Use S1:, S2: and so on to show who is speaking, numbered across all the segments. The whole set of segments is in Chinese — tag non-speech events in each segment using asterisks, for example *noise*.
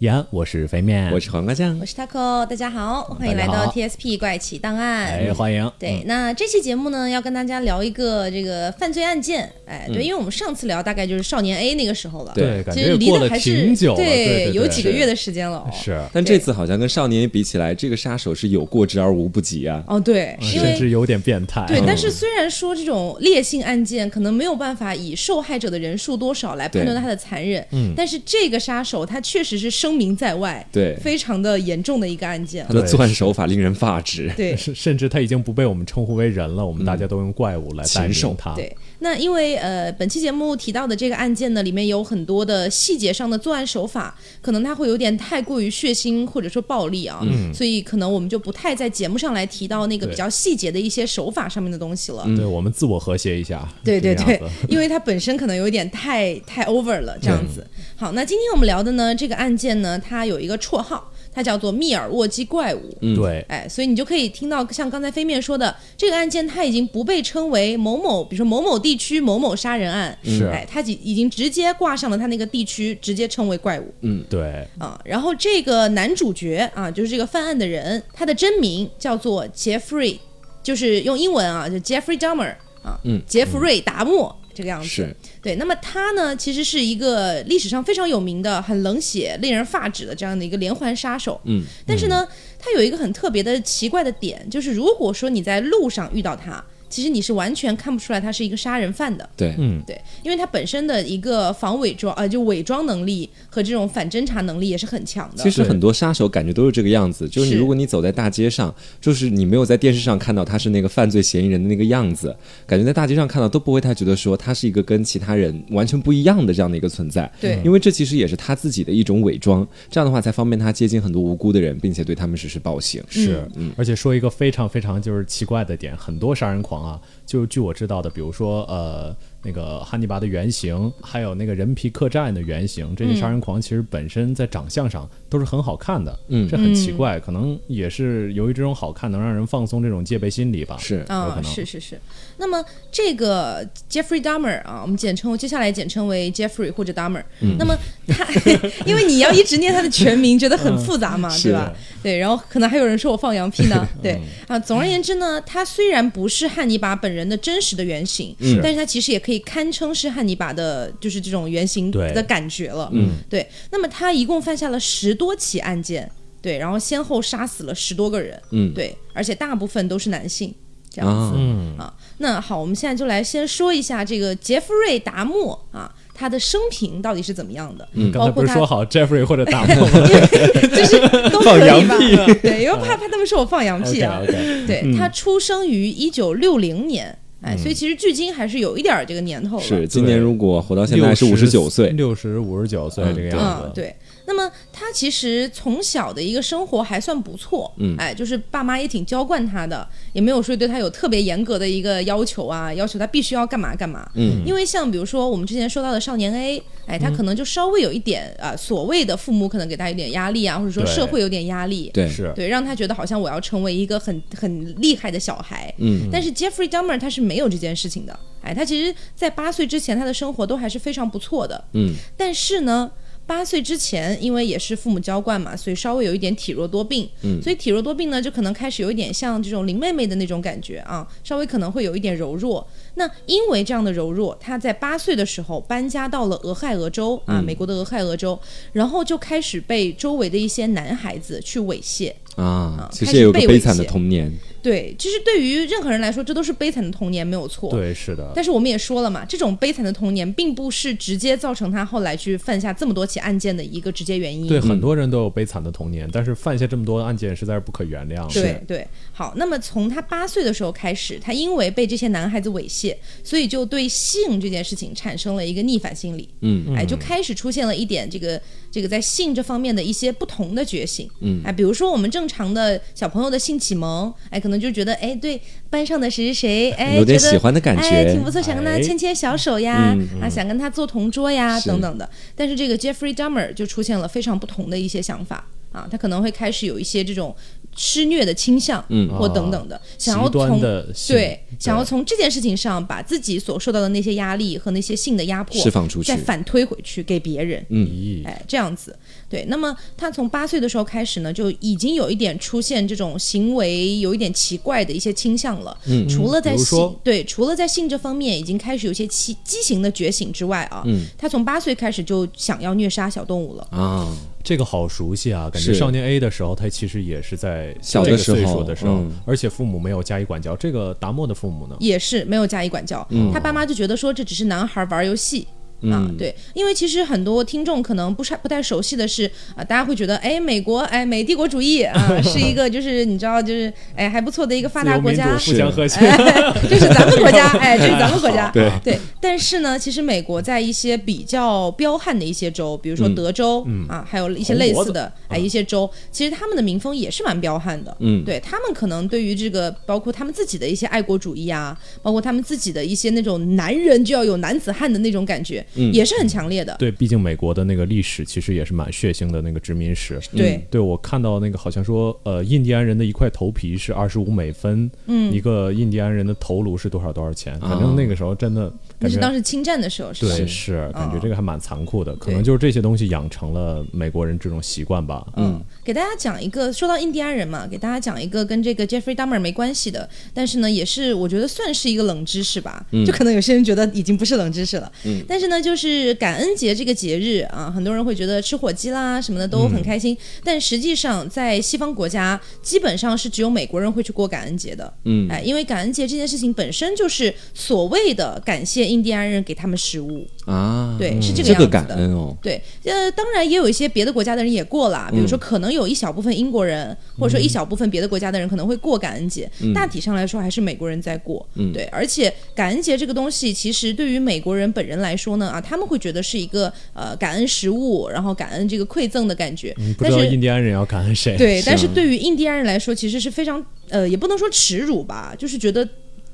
S1: 易安，我是肥面，
S2: 我是黄瓜酱
S3: 我，是 Taco，大家好，欢迎来
S1: 大家
S3: 到
S1: 好
S3: TSP 怪奇档案。
S1: 哎，欢迎。
S3: 对，那这期节目呢，要跟大家聊一个这个犯罪案件。哎，对，因为我们上次聊大概就是少年 A 那个时候了，
S1: 嗯
S2: 对
S1: 对，感
S3: 其
S1: 觉
S3: 实
S1: 也
S3: 离
S1: 过
S3: 得
S1: 了
S3: 还是
S1: 挺久了，对对，
S3: 有几个
S1: 是
S3: 月的时间了哦。
S1: 是，
S2: 但这次好像跟少年比起来，这个杀手是有过之而无不及啊。
S3: 哦，对，因
S1: 嗯甚
S3: 为。
S1: 至有点变态。
S3: 对，
S1: 嗯
S3: 但是虽然说这种烈性案件可能没有办法以受害者的人数多少来判断
S2: 对
S3: 他的残忍，
S1: 嗯
S3: 但是这个杀手他确实是声名在外，
S2: 对
S3: 非常的严重的一个案件
S2: 他。的作案手法令人发指。
S1: *laughs*
S3: 对，
S1: 是甚至他已经不被我们称呼为人了，我们大
S3: 嗯
S1: 家都用怪物来代
S2: 禽兽
S1: 名他。
S3: 对，那因为呃，本期节目提到的这个案件呢，里面有很多的细节上的作案手法，可能它会有点太过于血腥或者说暴力啊，所以可能我们就不太在节目上来提到那个
S1: 嗯对
S3: 比较细节的一些手法上面的东西了。
S1: 对我们自我和谐一下。
S3: 对对
S1: 这个
S3: 对
S1: 样子，
S3: *laughs* 因为它本身可能有点太太 over 了这样子。好，那今天我们聊的呢，这个案件呢，它有一个绰号，它叫做密尔沃基怪物。
S1: 对，
S3: 哎，所以你就可以听到像刚才飞面说的，这个案件它已经不被称为某某，比如说某某地区某某杀人案，
S1: 是
S3: 哎，它已已经直接挂上了它那个地区，直接称为怪物
S1: 对，
S3: 啊。然后这个男主角啊，就是这个犯案的人，他的真名叫做杰弗瑞，就是用英文啊，就 Jeffrey Dahmer 啊，
S2: 嗯
S3: 杰弗瑞达莫。这个样子
S2: 是
S3: 对，那么他呢，其实是一个历史上非常有名的、很冷血、令人发指的这样的一个连环杀手。
S2: 嗯，
S3: 但是呢，他有一个很特别的、奇怪的点，就是如果说你在路上遇到他，其实你是完全看不出来他是一个杀人犯的。
S2: 对，
S3: 对，嗯因为他本身的一个防伪装，呃，就伪装能力和这种反侦查能力也是很强的。
S2: 其实很多杀手感觉都是这个样子，就是你
S3: 是
S2: 如果你走在大街上，就是你没有在电视上看到他是那个犯罪嫌疑人的那个样子，感觉在大街上看到都不会太觉得说他是一个跟其他人完全不一样的这样的一个存在。
S3: 对
S2: 因为这其实也是他自己的一种伪装，这样的话才方便他接近很多无辜的人，并且对他们实施暴行。
S3: 嗯
S1: 是，
S2: 嗯
S1: 而且说一个非常非常就是奇怪的点，很多杀人狂啊，就据我知道的，比如说呃那个汉尼拔的原型，还有那个人皮客栈的原型，这些杀人狂其实本身在长相上都是很好看的，嗯，这很奇怪，可能也是由于这种好看能让人放松这种戒备心理吧，
S2: 是
S1: 有
S3: 啊、
S1: 可能
S3: 是是是。那么这个 Jeffrey Dahmer 啊，我们简称接下来简称为 Jeffrey 或者 Dahmer、那
S1: 嗯
S3: 么他， *laughs* 因为你要一直念他的全名，觉得很复
S1: *laughs*
S3: 杂嘛，对吧？对，然后可能还有人说我放羊屁呢，
S1: 嗯
S3: 对啊。总而言之呢，他虽然不是汉尼拔本人的真实的原型，
S1: 嗯
S3: 但是他其实也可以堪称是汉尼拔的，就是这种原型
S1: 对
S3: 的感觉了。嗯，对。那么他一共犯下了十多起案件。对，然后先后杀死了十多个人，
S2: 嗯
S3: 对，而且大部分都是男性，这样子。
S2: 啊，
S3: 啊。那好，我们现在就来先说一下这个杰弗瑞·达莫啊，他的生平到底是怎么样的，
S1: 嗯刚
S3: 包
S2: 嗯
S1: 才不
S3: 括
S1: 是
S3: 他
S1: 说好 Jeffrey 或者大鹏 *laughs* 吗
S3: 就是都可
S1: 放
S3: 以
S1: 羊
S3: 吧
S1: 屁？哦
S3: 对，因为怕怕他们说我放羊
S1: ？OK
S3: 屁啊。
S2: *laughs*
S1: OK，
S3: 对他出生于一九六零年，哎，所以其实距今还是有一点儿这个年头了。
S2: 是今年如果活到现在是五十九岁，
S1: 六十五十九岁这个样
S3: 嗯
S1: 子，，
S3: 对。那么他其实从小的一个生活还算不错，嗯，哎，就是爸妈也挺娇惯他的，也没有说对他有特别严格的一个要求啊，要求他必须要干嘛干嘛，嗯，因为像比如说我们之前说到的少年 A，哎，
S1: 嗯
S3: 他可能就稍微有一点啊、所谓的父母可能给他有点压力啊，或者说
S1: 对
S3: 社会有点压力，
S2: 对，
S1: 是
S3: 对，让他觉得好像我要成为一个很很厉害的小孩。
S2: 嗯，
S3: 但是 Jeffrey Dahmer 他是没有这件事情的。哎，他其实在八岁之前，他的生活都还是非常不错的。
S2: 嗯，
S3: 但是呢。八岁之前，因为也是父母娇惯嘛，所以稍微有一点体弱多病。嗯，所以体弱多病呢，就可能开始有一点像这种林妹妹的那种感觉啊，稍微可能会有一点柔弱。那因为这样的柔弱，他在八岁的时候搬家到了俄亥俄州啊，美国的俄亥俄州，然后就开始被周围的一些男孩子去猥亵。
S2: 啊
S3: 啊，
S2: 其实
S3: 开始
S2: 也有个
S3: 被
S2: 悲
S3: 猥
S2: 惨的
S3: 亵
S2: 童年，
S3: 对，其实对于任何人来说，这都是悲惨的童年，没有错。。
S1: 对，是的，
S3: 但是我们也说了嘛，这种悲惨的童年并不是直接造成他后来去犯下这么多起案件的一个直接原
S2: 嗯
S3: 因。
S1: 对，很多人都有悲惨的童年，但是犯下这么多案件实在是不可原谅。
S3: 对对，好，那么从他八岁的时候开始，他因为被这些男孩子猥亵，所以就对性这件事情产生了一个逆反心理。
S2: 嗯，
S3: 哎，就开始出现了一点这个这个在性这方面的一些不同的觉醒。嗯，哎，比如说我们正常的小朋友的性启蒙，哎，可能就觉得哎，对班上的谁谁谁，哎，
S2: 有点
S3: 觉得
S2: 喜欢的感觉
S3: 哎，挺不错，想跟他
S1: 哎
S3: 牵牵小手呀，啊，想跟他做同桌呀，等等的。但是这个 Jeffrey Dahmer 就出现了非常不同的一些想法啊，他可能会开始有一些这种施虐的倾向，
S2: 嗯
S3: 或等等的，想要
S1: 极端
S3: 从
S1: 的性
S3: 对想要从这件事情上把自己所受到的那些压力和那些性的压迫
S2: 释放出去
S3: 再反推回去给别人，
S2: 嗯
S1: 咦
S3: 哎，这样子。对，那么他从八岁的时候开始呢，就已经有一点出现这种行为有一点奇怪的一些倾向了。嗯，除了在
S1: 比如
S3: 性
S1: 说
S3: 对，除了在性这方面已经开始有一些畸畸形的觉醒之外啊，嗯，他从八岁开始就想要虐杀小动物了。
S2: 啊，
S1: 这个好熟悉啊，感觉
S2: 是
S1: 少年 A 的时候，他其实也是在
S2: 小
S1: 这
S2: 的
S1: 个
S2: 时候
S1: 岁数的时候，
S2: 嗯
S1: 而且父母没有加以管教。这个达莫的父母呢？
S3: 也是没有加以管教，
S1: 嗯
S3: 他爸妈就觉得说这只是男孩玩游戏。啊，对，因为其实很多听众可能不太不太熟悉的是啊、大家会觉得，哎，美国，哎，美帝国主
S1: *laughs*
S3: 义啊，是一个就是你知道就是哎还不错的一个发
S1: 自
S3: 达
S1: 由
S3: 国
S1: 民
S3: 家
S1: 主，互相
S3: *laughs*
S1: 和谐，
S3: 哎，这是咱们
S1: *laughs*
S3: 国家，哎，这是咱们国家，
S2: 对
S3: 但是呢，其实美国在一些比较彪悍的一些州，比
S1: 嗯
S3: 如说德州、啊，还有一些类似的哎一些州，其实他们的民风也是蛮彪悍的。
S2: 嗯
S3: 对他们可能对于这个，包括他们自己的一些爱国主义啊，包括他们自己的一些那种男人就要有男子汉的那种感觉，也是很强烈的。
S1: 嗯对，毕竟美国的那个历史其实也是蛮血腥的那个殖民史。
S3: 对
S2: 嗯
S1: 对我看到那个好像说，呃，印第安人的一块头皮是二十五美分，嗯，一个印第安人的头颅是多少多少钱？
S2: 啊
S1: 反正那个时候真的
S3: 那
S1: 感
S3: 是
S1: 觉
S3: 当时侵占的时候，是吧？
S1: 对，是感觉这个还蛮残酷的，可
S3: 对
S1: 能就是这些东西养成了美国人这种习惯吧。
S3: 嗯，给大家讲一个，说到印第安人嘛，给大家讲一个跟这个 Jeffrey Dahmer 没关系的，但是呢，也是我觉得算是一个冷知识吧，
S2: 嗯
S3: 就可能有些人觉得已经不是冷知识了，嗯，但是呢，就是感恩节这个节日啊，很多人会觉得吃火鸡啦什么的都很开心，
S2: 嗯
S3: 但实际上在西方国家，基本上是只有美国人会去过感恩节的，嗯，哎，因为感恩节这件事情本身就是所谓的感谢印第安人给他们食物，
S2: 啊，
S3: 对是这个
S2: 这个
S3: 样子
S2: 感
S3: 的
S2: 恩哦，
S3: 对，呃，当然也有一些别的国家的人也过啦，
S1: 嗯
S3: 比如说可能有一小部分英国人，或者说一小部分别的国家的人可能会过感恩节，
S1: 嗯
S3: 大体上来说还是美国人在过。对，而且感恩节这个东西，其实对于美国人本人来说呢，啊，他们会觉得是一个呃感恩食物，然后感恩这个馈赠的感觉，
S1: 嗯不
S3: 但
S1: 知道
S3: 是
S1: 印第安人啊要感恩谁？
S3: 对，但
S2: 是
S3: 是对于印第安人来说，其实是非常呃，也不能说耻辱吧，就是觉得。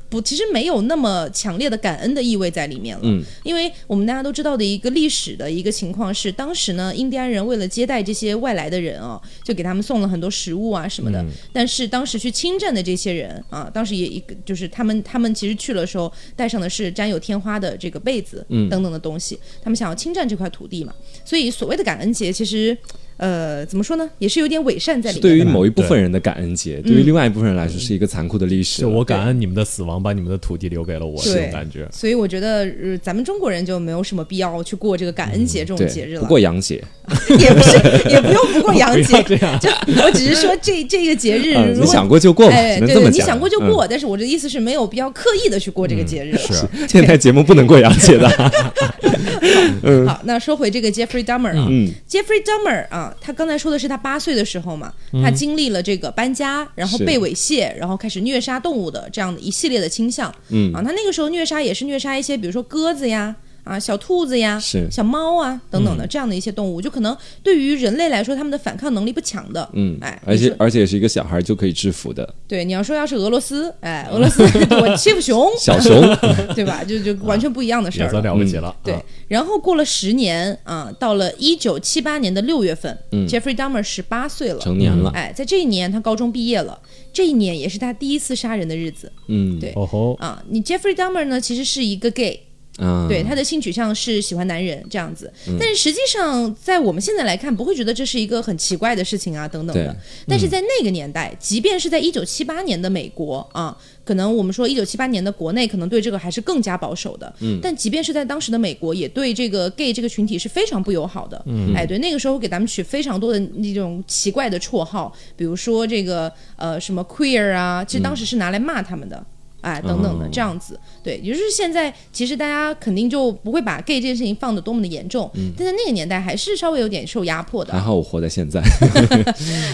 S3: 不，其实没有那么强烈的感恩的意味在里面了，
S2: 嗯
S3: 因为我们大家都知道的一个历史的一个情况是，当时呢，印第安人为了接待这些外来的人啊、就给他们送了很多食物啊什么
S2: 嗯
S3: 的。但是当时去侵占的这些人啊，当时也一个就是他们他们其实去了时候带上的是沾有天花的这个被子，
S2: 嗯
S3: 等等的东西，他们想要侵占这块土地嘛，所以所谓的感恩节其实。呃，怎么说呢，也是有点伪善在
S2: 是
S3: 里面的。
S2: 对于某一部分人的感恩
S3: 嗯
S2: 节，对于另外一部分人来说是一个残酷的历史
S1: 就
S2: 了。
S1: 我感恩你们的死亡，把你们的土地留给了我，这种
S3: 对
S1: 感觉。
S3: 所以我觉得，呃，咱们中国人就没有什么必要去过这个感恩节这种节日
S2: 嗯对，
S3: 了。
S2: 不过洋节，
S3: *laughs* 也不是，也不用不过洋
S2: *laughs*
S3: 节，
S1: 不要这样
S3: 就我只是说这这个节日，
S2: 嗯，
S3: 如
S2: 你
S3: 果
S2: 想过就过吧，
S3: 哎，
S2: 只能
S3: 对
S2: 这
S3: 对，
S2: 么
S3: 你
S2: 讲。
S3: 想过就
S2: 嗯 *laughs* 啊
S3: 过，但是我的意思是没有必要刻意的去过这个节日了。
S1: 是
S2: 现在节目不能过洋节的，
S3: *laughs*
S2: 嗯
S3: 好，那说回这个 Jeffrey Dahmer 啊、j e f f r e y Dahmer 啊，他刚才说的是他八岁的时候嘛，他经历了这个搬家，然后
S2: 嗯是
S3: 被猥亵，然后开始虐杀动物的这样的一系列的倾向。
S2: 嗯
S3: 啊，他那个时候虐杀也是虐杀一些，比如说鸽子呀。啊，小兔子呀，
S2: 是嗯
S3: 小猫啊，等等的这样的一些动物，就可能对于人类来说，他们的反抗能力不强的。
S2: 嗯
S3: 哎，，
S2: 而
S3: 你
S2: 且
S3: 说
S2: 而且也是一个小孩就可以制服的
S3: 对你要说要是俄罗斯，哎，俄
S2: *laughs*
S3: 罗斯我欺负熊，
S2: 小熊，
S3: *laughs* 对吧？就就完全不一样的事
S1: 也
S3: 儿了嗯
S1: 算。了不起
S2: 嗯
S1: 了。
S3: 对
S1: 啊，
S3: 然后过了十年啊，到了一九七八年的六月份、j e f f r e y Dahmer 十八岁了，
S2: 嗯成年了，
S3: 哎，在这一年他高中毕业了，这一年也是他第一次杀人的日子
S2: 嗯
S3: 对
S1: 哦吼，
S3: 啊。你 Jeffrey Dahmer 呢，其实是一个 gay，
S2: 啊，
S3: 对，他的性取向是喜欢男人这样子，
S2: 嗯
S3: 但是实际上在我们现在来看，不会觉得这是一个很奇怪的事情啊，等等
S2: 对
S3: 的。但是在那个年代，即便是在一九七八年的美国啊，可能我们说一九七八年的国内可能对这个还是更加保守的，但即便是在当时的美国，也对这个 gay 这个群体是非常不友好的，哎，对，那个时候给咱们取非常多的那种奇怪的绰号，比如说这个呃什么 queer 啊，其实当时是拿来骂他们的。哎，等等的这样子，对，也就是现在，其实大家肯定就不会把 gay 这件事情放得多么的严重，但在那个年代还是稍微有点受压迫的
S2: 还好我活在现在， *laughs*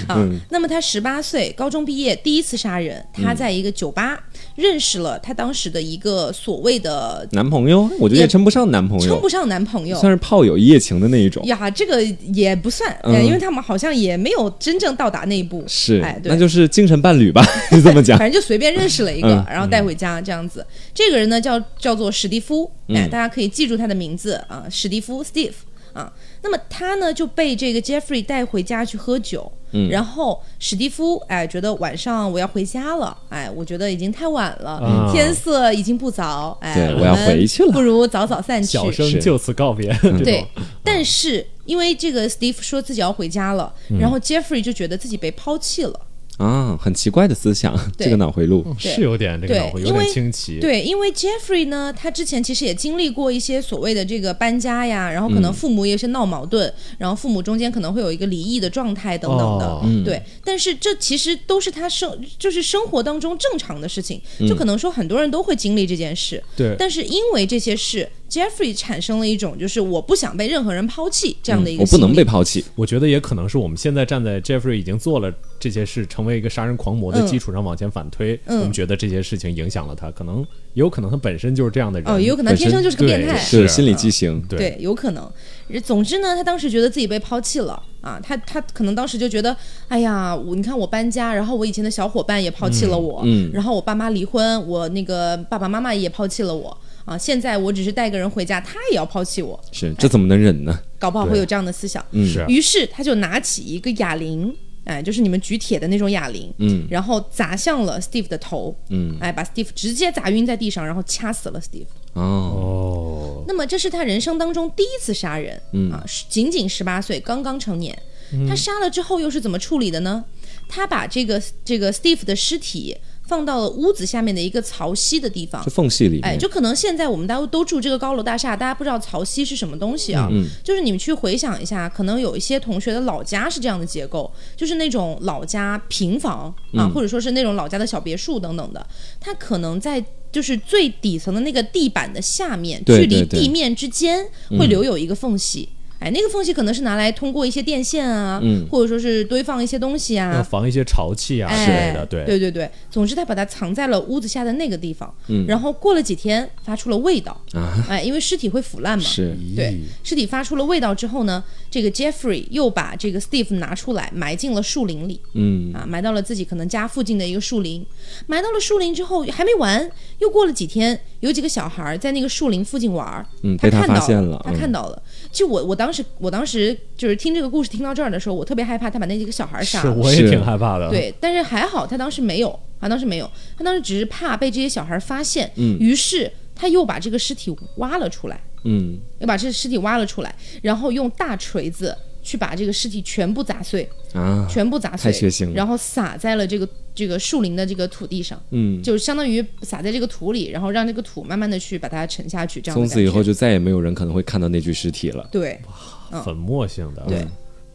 S3: 啊。
S2: 嗯
S3: 那么他十八岁，高中毕业，第一次杀人，他在一个酒吧认识了他当时的一个所谓的
S2: 男朋友我觉得也称不上男朋
S3: 称
S2: 友
S3: 不，上男朋友，
S2: 算是炮友一夜情的那一种，
S3: 呀，这个也不算，
S2: 嗯
S3: 呃因为他们好像也没有真正到达那一步，
S2: 是
S3: 哎，，对
S2: 那就是精神伴侣吧， *laughs* 就这么讲
S3: 反，正就随便认识了一个，
S2: 嗯
S3: 然后带回家这样子。
S2: 嗯
S3: 这个人呢叫叫做史蒂夫，哎，大家可以记住他的名字啊，史蒂夫 Steve。啊。那么他呢就被这个 Jeffrey 带回家去喝酒，
S2: 嗯
S3: 然后史蒂夫哎觉得晚上我要回家了，哎，我觉得已经太晚了，
S1: 啊
S3: 天色已经不早，哎，
S2: 对
S3: 我
S2: 我要
S3: 们
S2: 回去了
S3: 不如早早散去。
S1: 小生
S2: 是嗯
S1: 就此告别。这
S3: 对
S1: 种，
S3: 但是因为这个 Steve 说自己要回家了，
S2: 嗯
S3: 然后 Jeffrey 就觉得自己被抛弃了。
S2: 啊，很奇怪的思想，
S3: 对
S2: 这个脑回路。
S3: 对
S1: 是有点这个
S3: 对
S1: 脑回有
S3: 因
S1: 点
S3: 为
S1: 清奇。
S3: 对，因为 Jeffrey 呢，他之前其实也经历过一些所谓的这个搬家呀，然后
S2: 嗯
S3: 可能父母也有些闹矛盾，然后父母中间可能会有一个离异的状态等等的，
S1: 哦
S2: 嗯
S3: 对。但是这其实都是他生就是生活当中正常的事情，就
S2: 嗯
S3: 可能说很多人都会经历这件事，
S1: 对
S3: 但是因为这些事，Jeffrey 产生了一种就是我不想被任何人抛弃这样的一
S2: 嗯
S3: 个、
S2: 我不能被。抛弃，
S1: 我觉得也可能是我们现在站在 Jeffrey 已经做了这些事，成为一个杀人狂魔的基础上往前反推，
S3: 嗯
S1: 我们觉得这些事情影响了他，可能也有可能他本身就是这样的人。
S3: 哦，也有可能他天生就是个变态，
S1: 是
S2: 是心理畸形。
S1: 对
S3: 对，有可能。总之呢，他当时觉得自己被抛弃了啊，他他可能当时就觉得，哎呀，我你看我搬家，然后我以前的小伙伴也抛弃
S1: 嗯
S3: 了我，然后我爸妈离婚，我那个爸爸妈妈也抛弃了我啊，现在我只是带个人回家，他也要抛弃我，
S2: 是，这怎么能忍呢？
S3: 搞不好
S1: 对
S3: 会有这样的思想。
S1: 嗯是
S3: 于是他就拿起一个哑铃。哎，就是你们举铁的那种哑铃，嗯，然后砸向了 Steve 的头，嗯，哎，把 Steve 直接砸晕在地上，然后掐死了 Steve。
S2: 哦，
S1: 哦，
S3: 那么这是他人生当中第一次杀人，啊，是仅仅十八岁，刚刚成年。他杀了之后又是怎么处理的呢？他把这个这个 Steve 的尸体放到了屋子下面的一个槽溪的地方
S2: 这。缝隙里
S3: 哎，
S2: 面，
S3: 就可能现在我们大家都住这个高楼大厦，大家不知道槽溪是什么东西
S2: 嗯
S3: 啊？就是你们去回想一下，可能有一些同学的老家是这样的结构，就是那种老家平房啊，
S2: 嗯
S3: 或者说是那种老家的小别墅等等的，它可能在就是最底层的那个地板的下面，
S2: 对
S3: 距离
S2: 对对嗯
S3: 地面之间会留有一个缝隙。哎，那个缝隙可能是拿来通过一些电线啊，
S2: 嗯
S3: 或者说是堆放一些东西啊，
S1: 要防一些潮气啊之类
S3: 哎，
S1: 的，对
S3: 对对对总之他把它藏在了屋子下的那个地方，然后过了几天发出了味道，
S2: 嗯啊
S3: 哎，因为尸体会腐烂嘛，
S2: 是
S1: 咦
S3: 对，尸体发出了味道之后呢，这个 Jeffrey 又把这个 Steve 拿出来埋进了树林里，
S2: 嗯
S3: 啊，埋到了自己可能家附近的一个树林，埋到了树林之后还没完，又过了几天，有几个小孩儿在那个树林附近玩儿，
S2: 嗯，
S3: 他
S2: 被他
S3: 看到
S2: 发现了，
S3: 他看
S2: 嗯
S3: 到了。就我我当时我当时就是听这个故事听到这儿的时候，我特别害怕他把那几个小孩儿杀
S1: 是
S3: 了。
S1: 我也
S2: 是
S1: 挺害
S2: 啊
S1: 怕的。，
S3: 对，但是还好他当时没有，他当时没有，他当时只是怕被这些小孩发现，于是他又把这个尸体挖了出来，
S2: 嗯，
S3: 又把这尸体挖了出来，然后用大锤子去把这个尸体全部砸碎，
S2: 啊，
S3: 全部砸碎，
S2: 太血腥了
S3: 然后撒在了这个这个树林的这个土地上，
S2: 嗯，
S3: 就是相当于撒在这个土里，然后让这个土慢慢的去把它沉下去，这样
S2: 从
S3: 的
S2: 此以
S3: 感
S2: 后
S3: 觉
S2: 就再也没有人可能会看到那具尸体了。
S3: 对。
S1: 粉末性的，
S3: 嗯
S1: 嗯
S3: 对，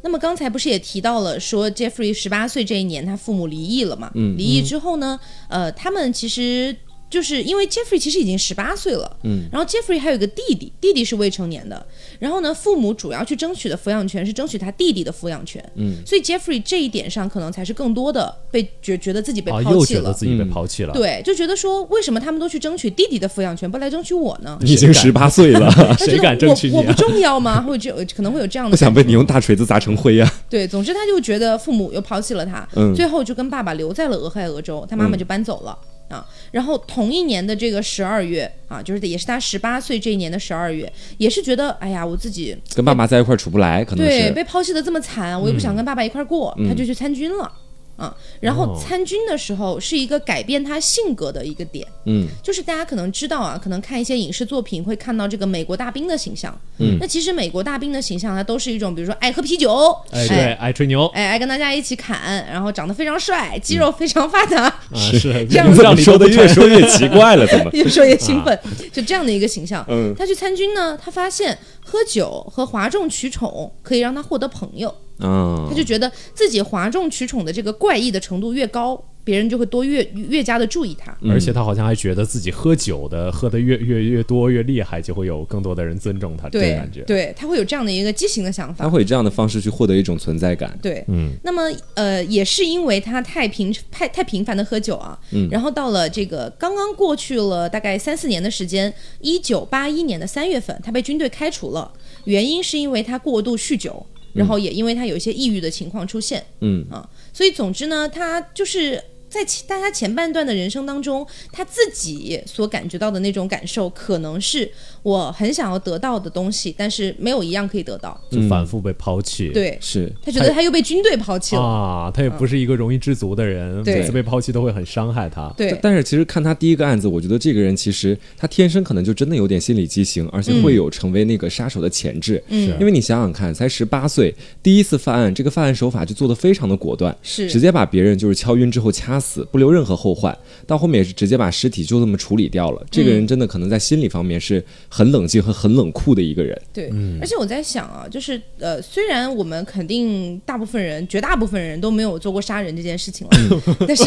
S3: 那么刚才不是也提到了说，Jeffrey 十八岁这一年他父母离异了嘛？
S1: 嗯
S3: 离异之后呢，呃，他们其实就是因为 Jeffrey 其实已经十八岁了，嗯，然后 Jeffrey 还有一个弟弟，弟弟是未成年的。然后呢，父母主要去争取的抚养权是争取他弟弟的抚养权，嗯，所以 Jeffrey 这一点上可能才是更多的被觉觉得自己被
S1: 啊，
S3: 抛
S1: 又
S3: 弃
S1: 觉
S3: 了。
S1: 得自己被抛弃了。
S3: 对，就觉得说，为什么他们都去争取弟弟的抚养权，不来争取我呢？
S2: 你已
S1: 谁
S2: 经
S1: 敢
S2: 十八岁了， *laughs*
S3: 他觉
S1: *laughs* 谁
S3: 得
S1: 敢争取你
S3: 我我不
S1: 啊？
S3: 重要吗？会就可能会有这样的
S2: 不想
S3: 感
S2: 被
S3: 觉
S2: 你用大锤子砸成灰啊！
S3: 对，总之他就觉得父母又抛弃了他，
S2: 嗯
S3: 最后就跟爸爸留在了俄亥俄州，他妈妈就搬走了。啊，然后同一年的这个十二月啊，就是也是他十八岁这一年的十二月，也是觉得哎呀，我自己
S2: 跟爸妈在一块儿处不来，可能嗯
S3: 对
S2: 是嗯
S3: 被抛弃的这么惨，我又不想跟爸爸一块儿过，他就去参军了。啊，然
S2: 哦
S3: 后参军的时候是一个改变他性格的一个点，
S2: 嗯，
S3: 就是大家可能知道啊，可能看一些影视作品会看到这个美国大兵的形象，嗯，那其实美国大兵的形象，它都是一种比如说爱喝啤酒，
S1: 哎，对，爱吹牛，
S3: 哎，爱跟大家一起砍，然后长得非常帅，肌
S1: 嗯
S3: 肉非常发达， *laughs*
S1: 啊，是
S3: 这样
S2: *laughs* 你
S1: 子
S2: 怎么说的越说越奇怪
S3: *laughs*
S2: 了？怎么？
S3: 越说越兴
S1: 啊
S3: 奋，就这样的一个形象。
S1: 嗯
S3: 他去参军呢，他发现喝酒和哗众取宠可以让他获得朋友，
S2: 啊
S1: 嗯
S3: 他，就觉得自己哗众取宠的这个怪异的程度越高，别人就会多越越加的注意他。
S1: 而且他好像还觉得自己喝酒的喝的越越越多越厉害，就会有更多的人尊重他，这种
S3: 对
S1: 感觉。
S3: 对，他会有这样的一个畸形的想法
S2: 他。会以这样的方式去获得一种存在感。
S3: 对，嗯，那么呃，也是因为他太频太太频繁的喝酒啊，嗯，然后到了这个刚刚过去了大概三四年的时间，一九八一年的三月份，他被军队开除了，原因是因为他过度酗酒，然后也因为他有一些抑郁的情况出现，
S2: 嗯
S3: 啊，所以总之呢，他就是。在其大家前半段的人生当中，他自己所感觉到的那种感受，可能是我很想要得到的东西，但是没有一样可以得到。
S1: 就反复被抛弃。
S3: 嗯对哦
S2: 是
S3: 他觉得他又被军队抛弃了，
S1: 啊，他也不是一个容易知足的人，
S3: 对
S1: 每次被抛弃都会很伤害他。
S3: 对
S2: 但，但是其实看他第一个案子，我觉得这个人其实他天生可能就真的有点心理畸形，而
S3: 嗯
S2: 且会有成为那个杀手的潜质。
S1: 是
S2: 因为你想想看，才十八岁，第一次犯案，这个犯案手法就做得非常的果断，
S3: 是
S2: 直接把别人就是敲晕之后掐死，不留任何后患。到后面也是直接把尸体就这么处理掉
S3: 嗯
S2: 了。这个人真的可能在心理方面是很冷静和很冷酷的一个人。
S3: 对，
S1: 嗯
S3: 而且我在想啊，就是呃，虽然我们肯定大部分人、绝大部分人都没有做过杀人这件事情
S1: 嗯
S3: 了， *laughs*
S1: *laughs*
S3: 但是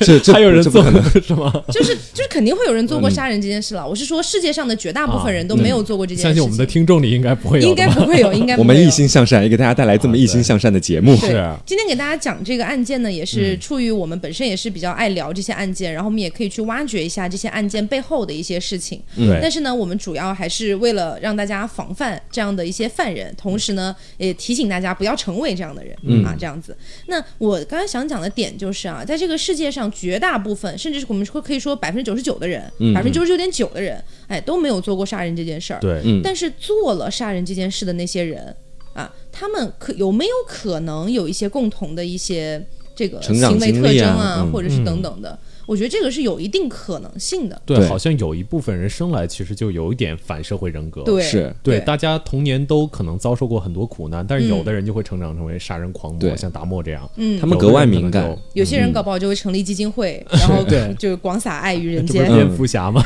S2: 这这
S1: 还有人
S2: 这
S1: 做
S2: 不可能。
S1: 是吗？
S3: 就是就是肯定会有人做过
S1: 嗯
S3: 杀人这件事了。我是说，世界上的绝大部分人都没有做过这
S1: 啊
S3: 件
S1: 相
S3: 事
S1: 信
S3: 情，
S1: 我们的听众里应该不会有的吧，
S3: 应该不会哎有，
S1: *laughs*
S3: 应该不
S2: 我
S3: 会
S2: 们
S3: 有
S2: 一心向善，也给大家带来这么一心向善的节目。
S3: 对
S1: 是啊嗯
S3: 今天给大家讲这个案件呢，也是出于我们本身也是比较爱聊这些案件，然后我们也可以去挖掘一下这些案件背后的一些事情。
S1: 对
S3: 但是呢，我们主要还是为了让大家防范这样的一些犯人，同时呢，也提醒大家不要成为这样的人、
S2: 嗯
S3: 啊，这样子。那我刚才想讲的点就是啊，在这个世界上，绝大部分甚至是我们说可以说百分之九十九的人，
S2: 嗯
S3: 百分之九十九点九的人，哎，都没有做过杀人这件事儿。
S1: 对，
S2: 嗯
S3: 但是做了杀人这件事的那些人啊，他们可有没有可能有一些共同的一些这个
S2: 成长
S3: 行为
S2: 经
S3: 特
S2: 历
S3: 征
S2: 啊嗯
S3: 或者是等等的？我觉得这个是有一定可能性的。
S1: 对，
S2: 对
S1: 好像有一部分人生来其实就有一点反社会人格。
S3: 对，
S2: 是
S1: 对，
S3: 对
S1: 大家童年都可能遭受过很多苦难，但是有
S3: 嗯
S1: 的人就会成长成为杀人狂魔，
S2: 对
S1: 像达莫这样。
S2: 他们格外敏
S1: 有的
S2: 感
S1: 人可能
S3: 有些人搞不好就会成立基
S1: *laughs*
S3: 金会，然后
S1: 嗯对
S3: 就广撒爱于人
S1: 这不
S3: 间
S1: 是。蝙蝠侠吗？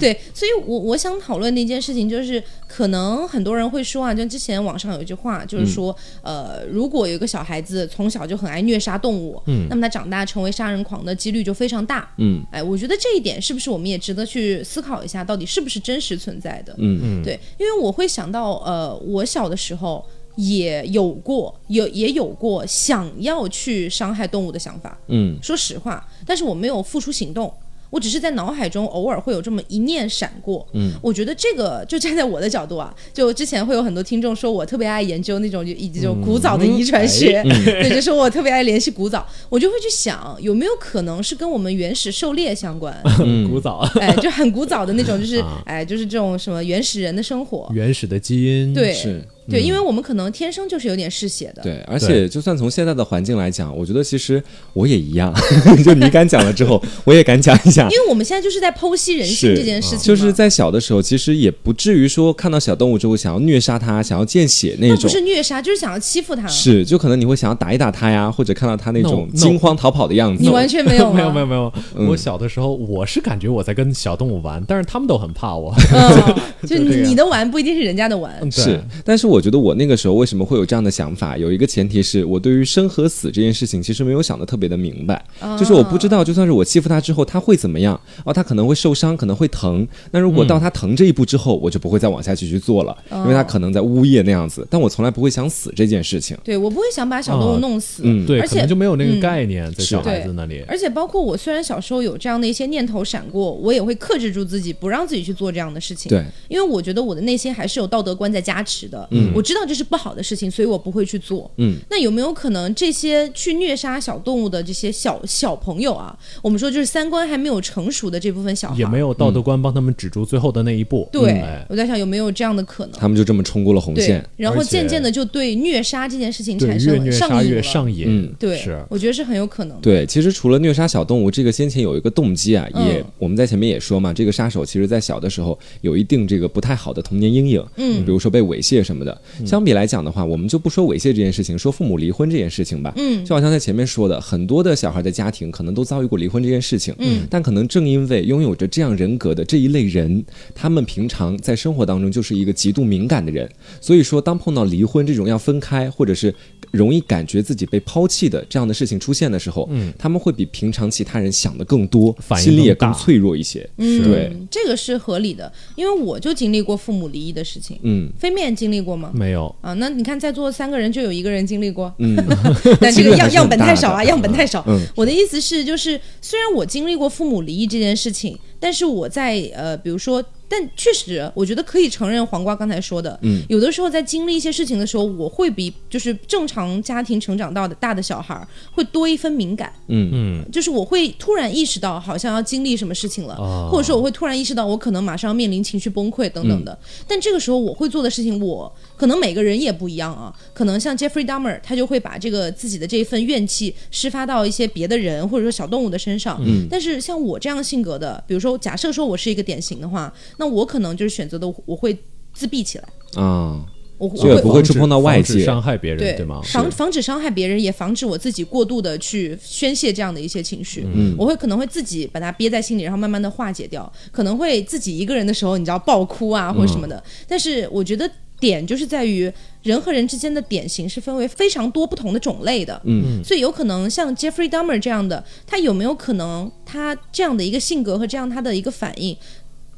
S3: 对，所以我我想讨论的一件事情就是，可能很多人会说啊，就之前网上有一句话，
S1: 嗯
S3: 就是说，呃，如果有一个小孩子从小就很爱虐杀动物，嗯，那么他长大成为杀人狂的几率就非常大，
S2: 嗯，
S3: 哎，我觉得这一点是不是我们也值得去思考一下，到底是不是真实存在的？
S2: 嗯
S3: 嗯，对，因为我会想到，呃，我小的时候。也有过，有也有过想要去伤害动物的想法，
S2: 嗯，
S3: 说实话，但是我没有付出行动，我只是在脑海中偶尔会有这么一念闪过。嗯，我觉得这个就站在我的角度啊，就之前会有很多听众说我特别爱研究那种就以及
S2: 嗯
S3: 就古早的遗传学，
S2: 哎
S3: 对，就说我特别爱联系古早，我就会去想有没有可能是跟我们原始狩猎相
S2: *laughs*
S3: 关，
S2: 嗯
S1: 古早
S3: 哎，就很古早的那种，就是、
S2: 啊
S3: 哎，就是这种什么原始人的生活，
S1: 原始的基因，
S3: 对，
S2: 是
S3: 对，因为我们可能天生就是有点嗜血的，
S2: 嗯对，而且就算从现在的环境来讲，我觉得其实我也一样。 *laughs* 就你敢讲了之后，我也敢讲一下
S3: 因。为我们现在就是在剖析人性
S2: 是啊
S3: 这件事情嘛，
S2: 就是在小的时候，其实也不至于说看到小动物之后想要虐杀它、想要见血那
S3: 那不
S2: 种。
S3: 是虐杀，就是想要欺负他。
S2: 是，就可能你会想要打一打它呀，或者看到它那种
S1: No，no
S2: 惊慌逃跑的样子。
S3: 你完全没有吗
S1: *laughs* 没有没有没有，
S2: 嗯
S1: 我小的时候我是感觉我在跟小动物玩，但是他们都很怕
S2: *laughs*
S1: 我。
S3: 嗯，就
S1: 就这
S3: 你
S1: 样
S3: 你的玩不一定是人家的玩，
S1: 对
S2: 是，但是我觉得我那个时候为什么会有这样的想法，有一个前提是我对于生和死这件事情其实没有想得特别的明白，就是我不知道，就算是我欺负他之后他会怎么样，哦，他可能会受伤，可能会疼。那如果到他疼这一步之后，我就不会再往下继续做了，因为他可能在呜咽那样子，但我从来不会想死这件事情。
S3: 对我不会想把小动物
S1: 啊
S3: 弄死，
S2: 嗯
S1: 对，
S3: 而
S1: 可
S3: 且
S1: 能就没有那个
S3: 嗯
S1: 概念在小
S2: 是
S1: 孩子那里。
S3: 而且包括我，虽然小时候有这样的一些念头闪过，我也会克制住自己，不让自己去做这样的事情。
S2: 对，
S3: 因为我觉得我的内心还是有道德观在加持的。
S1: 嗯
S3: 我知道这是不好的事情，所以我不会去做。
S2: 嗯，
S3: 那有没有可能这些去虐杀小动物的这些小小朋友啊，我们说就是三观还没有成熟的这部分小孩，
S1: 也没有道德观帮他们止住最后的那一步。
S3: 对、
S1: 嗯哎
S3: 我在想有没有这样的可能？
S2: 他们就这么冲过了红
S3: 对
S2: 线。，
S3: 然后
S1: 而且
S3: 渐渐的就对虐杀这件事情
S1: 对，
S3: 产
S1: 越
S3: 生
S1: 虐
S3: 了
S1: 杀
S3: 上瘾
S1: 越
S3: 了。
S1: 上瘾。
S2: 嗯
S3: 对，
S1: 是
S3: 我觉得是很有可能的。
S2: 对，其实除了虐杀小动物，这个先前有一个动机啊，也、
S3: 嗯
S2: 我们在前面也说嘛，这个杀手其实在小的时候有一定这个不太好的童年阴影，嗯，比如说被猥亵什么的。相比来讲的话，我们就不说猥亵这件事情，说父母离婚这件事情吧，嗯，就好像在前面说的，很多的小孩的家庭可能都遭遇过离婚这件事情，嗯，但可能正因为拥有着这样人格的这一类人，他们平常在生活当中就是一个极度敏感的人，所以说当碰到离婚这种要分开或者是容易感觉自己被抛弃的这样的事情出现的时候，嗯，他们会比平常其他人想的更多，
S1: 反应
S2: 心理也
S1: 更
S2: 更
S1: 大
S2: 脆弱一些。
S3: 嗯，
S2: 对，
S3: 这个是合理的，因为我就经历过父母离异的事情。
S2: 嗯，
S3: 飞面经历过吗？
S1: 没有，
S3: 啊，那你看在座三个人就有一个人经历过，
S2: 嗯，
S3: *laughs* 但这
S2: 几率
S3: 个
S2: 还
S3: 样
S2: 是
S3: 样
S2: 很
S3: 本
S2: 大
S3: 太
S2: 的
S3: 少啊，样本太少。
S2: 嗯
S3: 我的意思是，就是虽然我经历过父母离异这件事情，但是我在呃，比如说但确实，我觉得可以承认黄瓜刚才说的，
S2: 嗯
S3: 有的时候在经历一些事情的时候，我会比就是正常家庭成长到的大的小孩儿会多一分敏感，
S2: 嗯
S1: 嗯，
S3: 就是我会突然意识到好像要经历什么事情了，
S1: 哦
S3: 或者说我会突然意识到我可能马上要面临情绪崩溃等等
S2: 嗯
S3: 的。但这个时候我会做的事情我，可能每个人也不一样啊。可能像 Jeffrey Dahmer，他就会把这个自己的这一份怨气施发到一些别的人或者说小动物的身上。
S2: 嗯
S3: 但是像我这样性格的，比如说假设说我是一个典型的话，那我可能就是选择的我会自闭起来，
S2: 啊，
S3: 我我
S2: 这个
S3: 会
S2: 不会触碰到外界
S1: 防止伤害别人，对
S3: 对
S1: 吗？
S3: 防防止伤害别人，也防止我自己过度的去宣泄这样的一些情绪。
S2: 嗯
S3: 我会可能会自己把它憋在心里，然后慢慢的化解掉。可能会自己一个人的时候，你知道爆哭啊
S2: 嗯
S3: 或者什么的。但是我觉得点就是在于人和人之间的典型是分为非常多不同的种类的。
S2: 嗯
S3: 所以有可能像 Jeffrey Dahmer 这样的，他有没有可能他这样的一个性格和这样他的一个反应，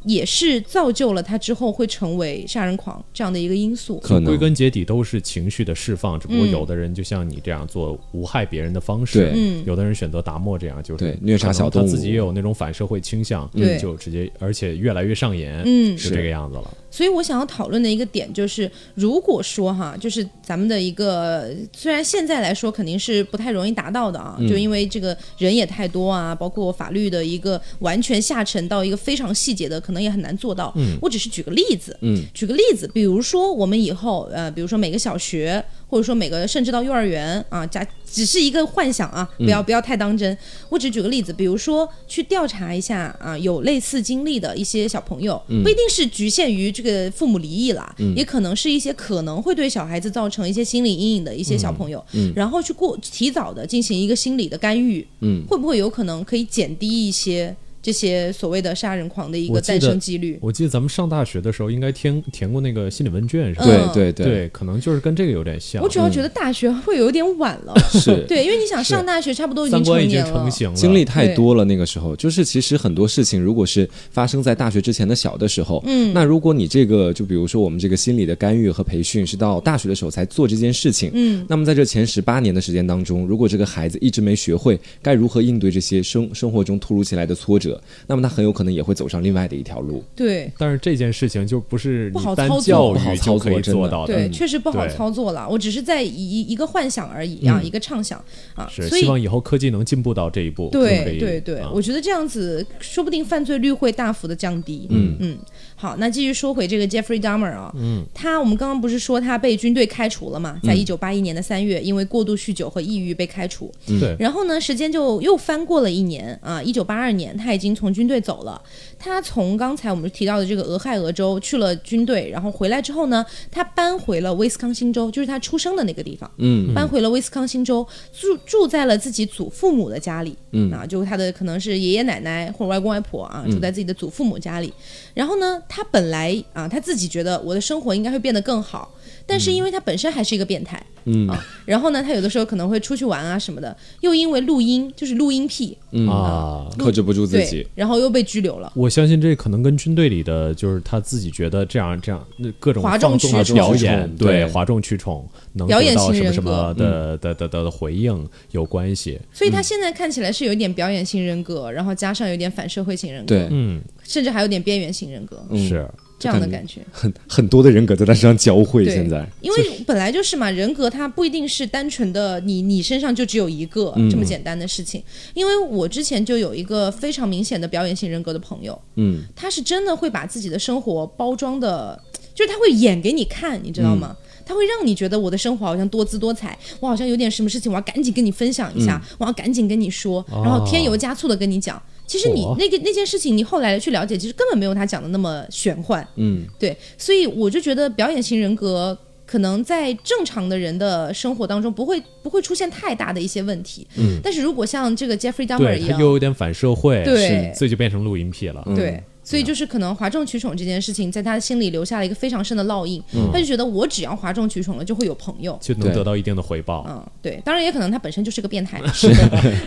S3: 也是造就了他之后会成为杀人狂这样的一个因素？
S2: 可
S1: 归
S2: 能
S1: 根结底都是情绪的释放，只不过
S3: 嗯
S1: 有的人就像你这样做无害别人的方式
S2: 对，
S3: 嗯
S1: 有的人选择达默这样，就是
S2: 对虐杀
S1: 可能
S2: 小动物
S1: 他自己也有那种反社会倾向，
S3: 对
S1: 就直接而且越来越上瘾，
S3: 嗯
S1: 是这个样子了。
S3: 所以我想要讨论的一个点就是，如果说哈，就是咱们的一个，虽然现在来说肯定是不太容易达到的啊，就因为这个人也太多啊，包括法律的一个完全下沉到一个非常细节的，可能也很难做到。我只是举个例子，
S2: 嗯
S3: 举个例子，比如说我们以后呃，比如说每个小学，或者说每个甚至到幼儿园啊，假只是一个幻想啊，不
S1: 嗯
S3: 要不要太当真。我只举个例子，比如说去调查一下啊，有类似经历的一些小朋友，
S1: 嗯
S3: 不一定是局限于这个父母离异啦，也可能是一些可能会对小孩子造成一些心理阴影的一些
S1: 嗯
S3: 小朋友，然后去过提早的进行一个心理的干预，
S2: 嗯
S3: 会不会有可能可以减低一些这些所谓的杀人狂的一
S1: 我
S3: 个
S1: 记
S3: 诞
S1: 得
S3: 生几率？
S1: 我记得咱们上大学的时候应该填填过那个心理问卷，是吧？
S2: 对对对，
S1: 对，可能就是跟这个有点像
S3: 嗯我。主要觉得大学会有点晚了， *laughs*
S2: 是
S3: 对，因为你想上大学差不多已
S1: 三
S3: 经
S1: 观
S3: 成
S1: 已经
S3: 年
S1: 成
S3: 了，
S1: 型了，
S2: 经历太多了，那个时候就是其实很多事情，如果是发生在大学之前的小的时候，
S3: 嗯
S2: 那如果你这个就比如说我们这个心理的干预和培训是到大学的时候才做这件事情，
S3: 嗯，
S2: 那么在这前十八年的时间当中，如果这个孩子一直没学会该如何应对这些生生活中突如其来的挫折，那么他很有可能也会走上另外的一条路。
S3: 对。
S1: 但是这件事情就不是
S3: 不好
S1: 你单
S3: 操作
S1: 教
S2: 不好
S1: 育
S2: 操
S1: 就可
S2: 作
S1: 以
S2: 真
S1: 做
S2: 的
S1: 到的。
S3: 对，确实不好
S1: 对
S3: 操作了。我只是在一一个幻想而已啊，
S2: 嗯
S3: 一个畅想啊，
S1: 是
S3: 所以
S1: 希望以后科技能进步到这一步。就可
S3: 对
S1: 以
S3: 对对
S1: 啊，
S3: 我觉得这样子说不定犯罪率会大幅的降低。嗯嗯，好，那继续说回这个 Jeffrey Dahmer 啊，嗯，他我们刚刚不是说他被军队开除了嘛，
S1: 嗯
S3: 在一九八一年的三月，因为过度酗酒和抑郁被开除。
S2: 嗯
S1: 对，
S3: 然后呢，时间就又翻过了一年啊，一九八二年，他已经从军队走了。他从刚才我们提到的这个俄亥俄州去了军队，然后回来之后呢，他搬回了威斯康星州，就是他出生的那个地方，
S2: 嗯
S3: 搬回了威斯康星州，住住在了自己祖父母的家里。
S2: 嗯
S3: 啊，就他的可能是爷爷奶奶或者外公外婆啊，住在自己的祖父母家里。然后呢，他本来啊，他自己觉得我的生活应该会变得更好，但是因为他本身还是一个变态，
S2: 嗯
S3: 啊，然后呢，他有的时候可能会出去玩啊什么的，又因为录音就是录音癖，
S2: 嗯
S1: 啊，
S2: 克制不住自己嗯
S3: 对，，然后又被拘留了。
S1: 我相信这可能跟军队里的就是他自己觉得这样这样那各种
S3: 哗
S1: 放
S3: 众
S1: 纵
S3: 取
S1: 的
S3: 宠
S1: 表演，
S2: 对嗯
S1: 对哗众取宠能
S3: 表
S1: 得
S3: 演
S1: 到
S3: 型
S1: 什么
S3: 人
S1: 什么
S3: 格
S1: 的的的的的回应有关系。
S3: 所以他现在看起来是有一点表演型人格，然后加上有点反社会型人格，
S2: 对，
S1: 嗯，
S3: 甚至还有点边缘型人格、
S2: 嗯
S1: 是
S3: 这样的
S2: 感觉
S3: 感觉。
S2: 很很多的人格在他身上交汇，
S3: 对
S2: 现在
S3: 因为本来就是嘛，人格它不一定是单纯的你你身上就只有一个这么简单的事情。因为我之前就有一个非常明显的表演型人格的朋友，
S2: 嗯
S3: 他是真的会把自己的生活包装的，就是他会演给你看，你知道吗？他会让你觉得我的生活好像多姿多彩，我好像有点什么事情，我要赶紧跟你分享一下，我要赶紧跟你说，然后添油加醋的跟你讲。其实你
S1: 嚯
S3: 那个那件事情，你后来去了解，其实根本没有他讲的那么玄幻。
S2: 嗯
S3: 对，所以我就觉得表演型人格可能在正常的人的生活当中不会不会出现太大的一些问题。嗯，但是如果像这个 Jeffrey Dahmer
S1: 对
S3: 一
S1: 他
S3: 样，
S1: 又有嗯点反社会，
S3: 对
S1: 是所以就变成录音癖了。
S2: 嗯
S3: 对。所以就是可能哗众取宠这件事情，在他心里留下了一个非常深的烙印。
S1: 嗯
S3: 他就觉得我只要哗众取宠了，就会有朋友。
S1: 就能
S2: 对
S1: 得到一定的回报，
S3: 嗯，对，当然也可能他本身就是个变态，
S1: *laughs*
S3: *laughs*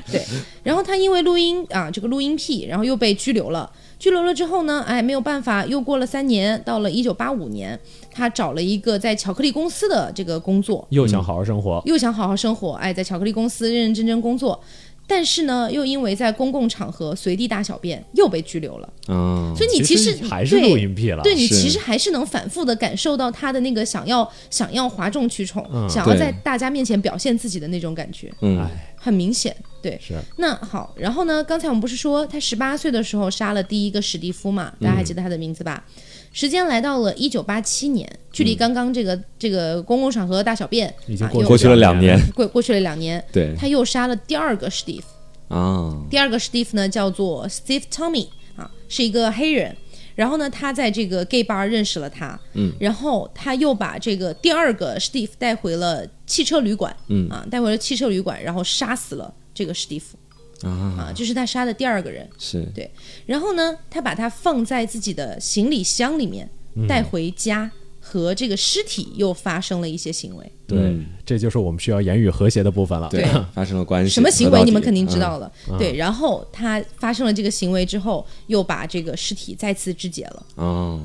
S3: 对。然后他因为录音啊，这个录音癖，然后又被拘留了。拘留了之后呢，哎，没有办法，又过了三年，到了一九八五年，他找了一个在巧克力公司的这个工作，
S1: 又想好好生活，
S3: 又想好好生活，哎，在巧克力公司认认真真工作。但是呢，又因为在公共场合随地大小便又被拘留了。
S2: 啊，
S3: 所以你
S1: 哦其
S3: 实
S1: 实还是录音癖了
S3: 对，对你
S2: 是
S3: 其实还是能反复的感受到他的那个想要想要哗众取宠，
S1: 嗯
S3: 想要
S2: 对
S3: 在大家面前表现自己的那种感觉，
S2: 嗯
S1: 哎，
S3: 很明显。对，
S1: 是
S3: 那好，然后呢？刚才我们不是说他十八岁的时候杀了第一个史蒂夫
S1: 嗯
S3: 嘛？大家还记得他的名字吧？时间来到了一九八七年，距离刚刚这个、这个公共场合大小便
S1: 嗯已经
S3: 啊
S1: 过
S3: 又
S2: 过去了两年，
S3: 过过去了两年，
S2: 对
S3: 他又杀了第二个史蒂夫。
S2: 啊，
S3: 第二个史蒂夫呢叫做 Steve Tommy 啊，是一个黑人。然后呢，他在这个 gay bar 认识了他，嗯，然后他又把这个第二个 Steve 带回了汽车旅馆，嗯啊，带回了汽车旅馆，然后杀死了这个史蒂夫
S2: 啊，
S3: 啊，就是他杀的第二个人。
S2: 是
S3: 对，然后呢，他把它放在自己的行李箱里面带回家，和这个尸体又发生了一些行为。
S1: 对、
S2: 嗯
S1: 这就是我们需要言语和谐的部分了。
S2: 对
S3: 对，
S2: 发生了关系，
S3: 什么行
S2: 说到
S3: 为
S2: 底
S3: 你们肯定
S2: 嗯
S3: 知。道了，对。然后他发生了这个行为之后，又把这个尸体再次肢解了。
S2: 哦，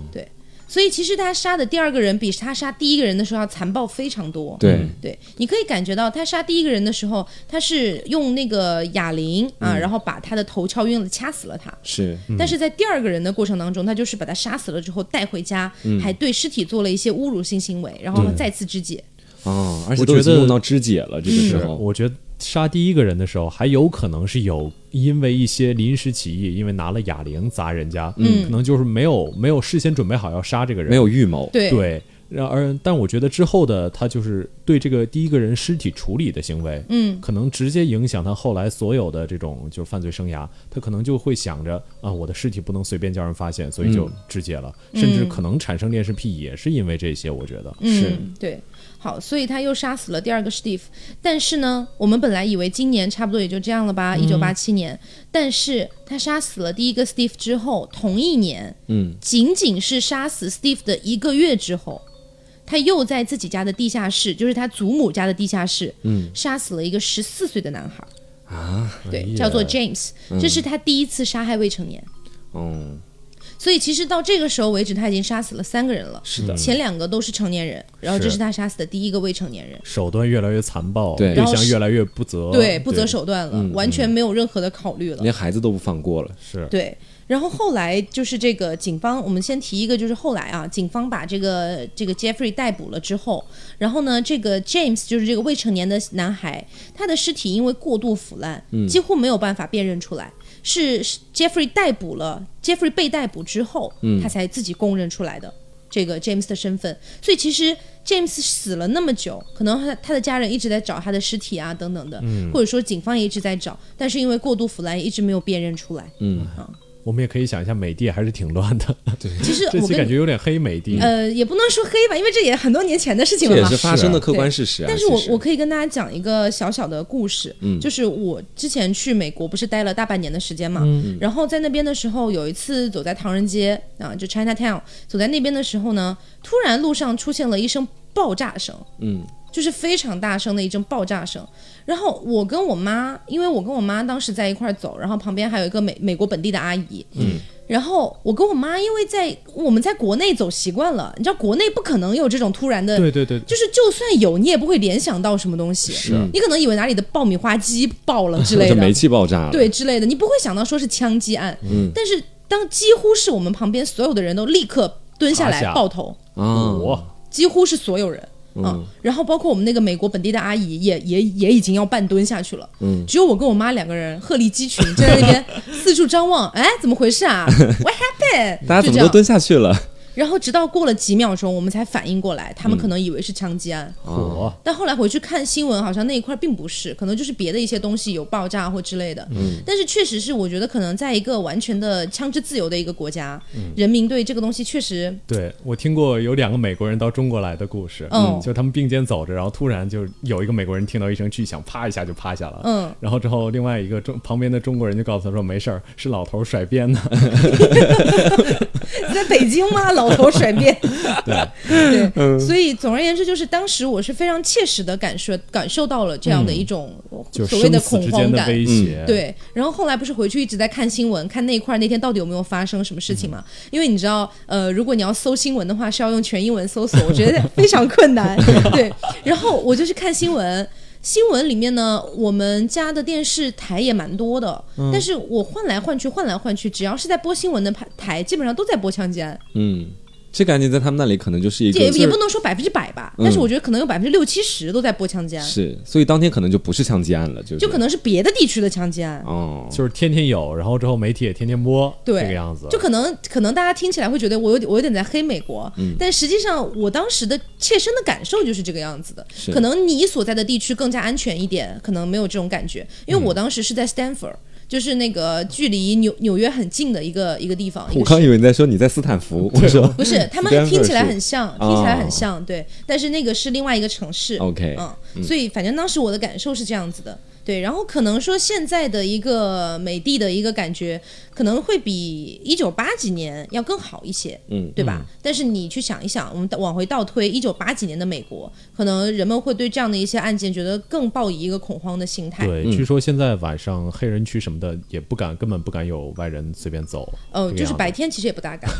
S3: 所以其实他杀的第二个人比他杀第一个人的时候要残暴非常多。嗯
S2: 对，
S3: 对，你可以感觉到他杀第一个人的时候，他是用那个哑铃
S2: 嗯
S3: 啊，然后把他的头敲晕了，掐死了他。
S2: 是
S3: 但是在第二个人的过程当中，他就是把他杀死了之后带回家，
S2: 嗯
S3: 还对尸体做了一些侮辱性行为，然后再次肢解。
S2: 哦，而且
S1: 我
S2: 都已
S1: 觉
S2: 经
S1: 得
S2: 弄到肢解了，这个时候，
S1: 我觉得杀第一个人的时候，还有可能是有因为一些临时起意，因为拿了哑铃砸人家，嗯，可能就是没有没有事先准备好要杀这个人，
S2: 没有预谋，
S3: 对
S1: 对。然而，但我觉得之后的他就是对这个第一个人尸体处理的行为，
S3: 嗯，
S1: 可能直接影响他后来所有的这种就是犯罪生涯。他可能就会想着啊，我的尸体不能随便叫人发现，所以就
S2: 嗯
S1: 肢解了，甚至可能产生恋尸癖也是因为这些。我觉得，
S2: 是
S3: 嗯嗯，对。好，所以他又杀死了第二个 Steve。但是呢，我们本来以为今年差不多也就这样了吧，一九八七年。但是他杀死了第一个 Steve 之后，同一年，
S2: 嗯，
S3: 仅仅是杀死 Steve 的一个月之后，他又在自己家的地下室，就是他祖母家的地下室，嗯，杀死了一个十四岁的男孩，
S2: 啊，
S1: 哎
S3: 对，
S1: 呀
S3: 叫做 James，、这是他第一次杀害未成年。
S2: 嗯，
S3: 所以其实到这个时候为止，他已经杀死了三个人了。
S2: 是的
S3: 前两个都是成年人，然后这
S1: 是
S3: 是他杀死的第一个未成年人，
S1: 手段越来越残暴，
S2: 对
S1: 对
S3: 然后
S1: 象
S3: 是
S1: 越来越不择，
S3: 对，不择手段了，完全没有任何的考虑了。
S2: 连孩子都不放过了，
S1: 是
S3: 对，然后后来就是这个警方，我们先提一个，就是后来啊，警方把这个这个 Jeffrey 逮捕了之后，然后呢，这个 James 就是这个未成年的男孩，他的尸体因为过度腐烂，几乎没有办法辨认出来。是是 Jeffrey 逮捕了，Jeffrey 被逮捕之后，他才自己供认出来的这个 James 的身份。所以其实 James 死了那么久，可能他他的家人一直在找他的尸体啊，等等的，
S2: 嗯
S3: 或者说警方也一直在找，但是因为过度腐烂，也一直没有辨认出来。
S2: 嗯
S3: 啊
S1: 我们也可以想一下，美帝还是挺乱
S3: *laughs*
S1: 的。
S3: 其实
S1: 这期
S3: 我
S1: 感
S3: 跟你
S1: 觉有点黑美帝。
S3: 呃，也不能说黑吧，因为这也很多年前的事情
S2: 这
S3: 了
S2: 也
S3: 嘛
S2: 是。发生的客观
S3: 啊对
S2: 事实啊。
S3: 但是我
S2: 其实
S3: 我可以跟大家讲一个小小的故事，就是我之前去美国不是待了大半年的时间嘛，然后在那边的时候，有一次走在唐人街啊，就 China Town，走在那边的时候呢，突然路上出现了一声爆炸声，
S2: 嗯，
S3: 就是非常大声的一阵爆炸声。然后我跟我妈，因为我跟我妈当时在一块儿走，然后旁边还有一个美美国本地的阿姨，嗯，然后我跟我妈，因为在我们在国内走习惯了，你知道国内不可能有这种突然的，
S1: 对对对，
S3: 就是就算有，你也不会联想到什么东西，
S2: 是
S3: 你可能以为哪里的爆米花机爆了之类
S2: *laughs* 这
S3: 的，
S2: 煤气爆炸了，
S3: 对之类的，你不会想到说是枪击案，
S2: 嗯
S3: 但是当几乎是我们旁边所有的人都立刻蹲下
S1: 趴
S3: 来
S1: 下
S3: 抱头，
S2: 啊，
S1: 我
S3: 几乎是所有人。
S2: 嗯
S3: 啊，然后包括我们那个美国本地的阿姨也也也已经要半蹲下去了，
S2: 嗯
S3: 只有我跟我妈两个人鹤立鸡群，就在
S2: *laughs*
S3: 那边四处张望，哎，怎么回事啊？What happened？
S2: 大家
S3: 就
S2: 怎
S3: 这
S2: 么都
S3: 样。
S2: 蹲下去了？ *laughs*
S3: 然后直到过了几秒钟，我们才反应过来，他
S2: 嗯
S3: 们可能以为是枪击案，
S1: 我
S3: 但后来回去看新闻，好像那一块并不是，可能就是别的一些东西有爆炸或之类的。
S1: 嗯
S3: 但是确实是，我觉得可能在一个完全的枪支自由的一个国家，
S1: 嗯
S3: 人民对这个东西确实
S1: 对我听过有两个美国人到中国来的故事，
S3: 嗯
S1: 就他们并肩走着，然后突然就有一个美国人听到一声巨响，啪一下就趴下了，
S3: 嗯，
S1: 然后之后另外一个中旁边的中国人就告诉他说没事儿，是老头甩鞭的，
S3: *laughs* 在北京吗？老头
S1: *laughs*
S3: 甩鞭。对
S1: 嗯
S3: 对，所以总而言之，就是当时我是非常切实的感受感受到了这样的一种
S1: 嗯就是
S3: 所谓
S1: 生
S3: 的
S1: 死
S3: 恐
S1: 之
S3: 慌
S1: 间的
S3: 感。
S1: 威胁，，
S3: 对，然后后来不是回去一直在看新闻，看那一块儿那天到底有没有发生什么事情嘛？
S2: 嗯
S3: 因为你知道，呃，如果你要搜新闻的
S2: *laughs*
S3: 话，是要用全英文搜索，我觉得非常困难。对，然后我就去看新闻。新闻里面呢，我们家的电视台也蛮多的，
S2: 嗯
S3: 但是我换来换去，换来换去，只要是在播新闻的台台，基本上都在播《枪击案》。
S2: 嗯，这个案件在他们那里可能就是一个
S3: 也
S2: 就
S3: 也
S2: 是嗯
S3: 不能说百分之百吧，但是我觉得可能有百分之六七十都在播枪击案，
S2: 是，所以当天可能就不是枪击案了，就是
S3: 就可能是别的地区的枪击案。
S2: 哦，
S1: 就是天天有，然后之后媒体也天天播，
S3: 对，
S1: 这个样子，
S3: 就可能可能大家听起来会觉得我有点我有点在黑美国，
S1: 嗯
S3: 但实际上我当时的切身的感受就是这个样子的。可能你所在的地区更加安全一点，可能没有这种感觉，因
S1: 嗯
S3: 为我当时是在 Stanford，、就是那个距离纽纽约很近的一个一个地方。一
S2: 我
S3: 个市
S2: 刚以为你在说你在斯坦福，我说
S3: 不是，他们
S2: Stanford
S3: 听起来
S2: 是
S3: 很像，听起来
S1: 啊
S2: 哦
S3: 很像，对。但是那个是另外一个城市
S2: OK，
S3: 嗯，所以反正当时我的感受是这样子的，对。然后可能说现在的一个美的的一个感觉，可能会比一九八几年要更好一些，
S2: 嗯
S3: 对吧？但是你去想一想，我们往回倒推一九八几年的美国，可能人们会对这样的一些案件觉得更抱以一个恐慌的心态，
S1: 对，据说现在晚上黑人区什么的也不敢，根本不敢有外人随便走。
S3: 哦，
S1: 这个
S3: 就是
S1: 样
S3: 白天其实也不大敢，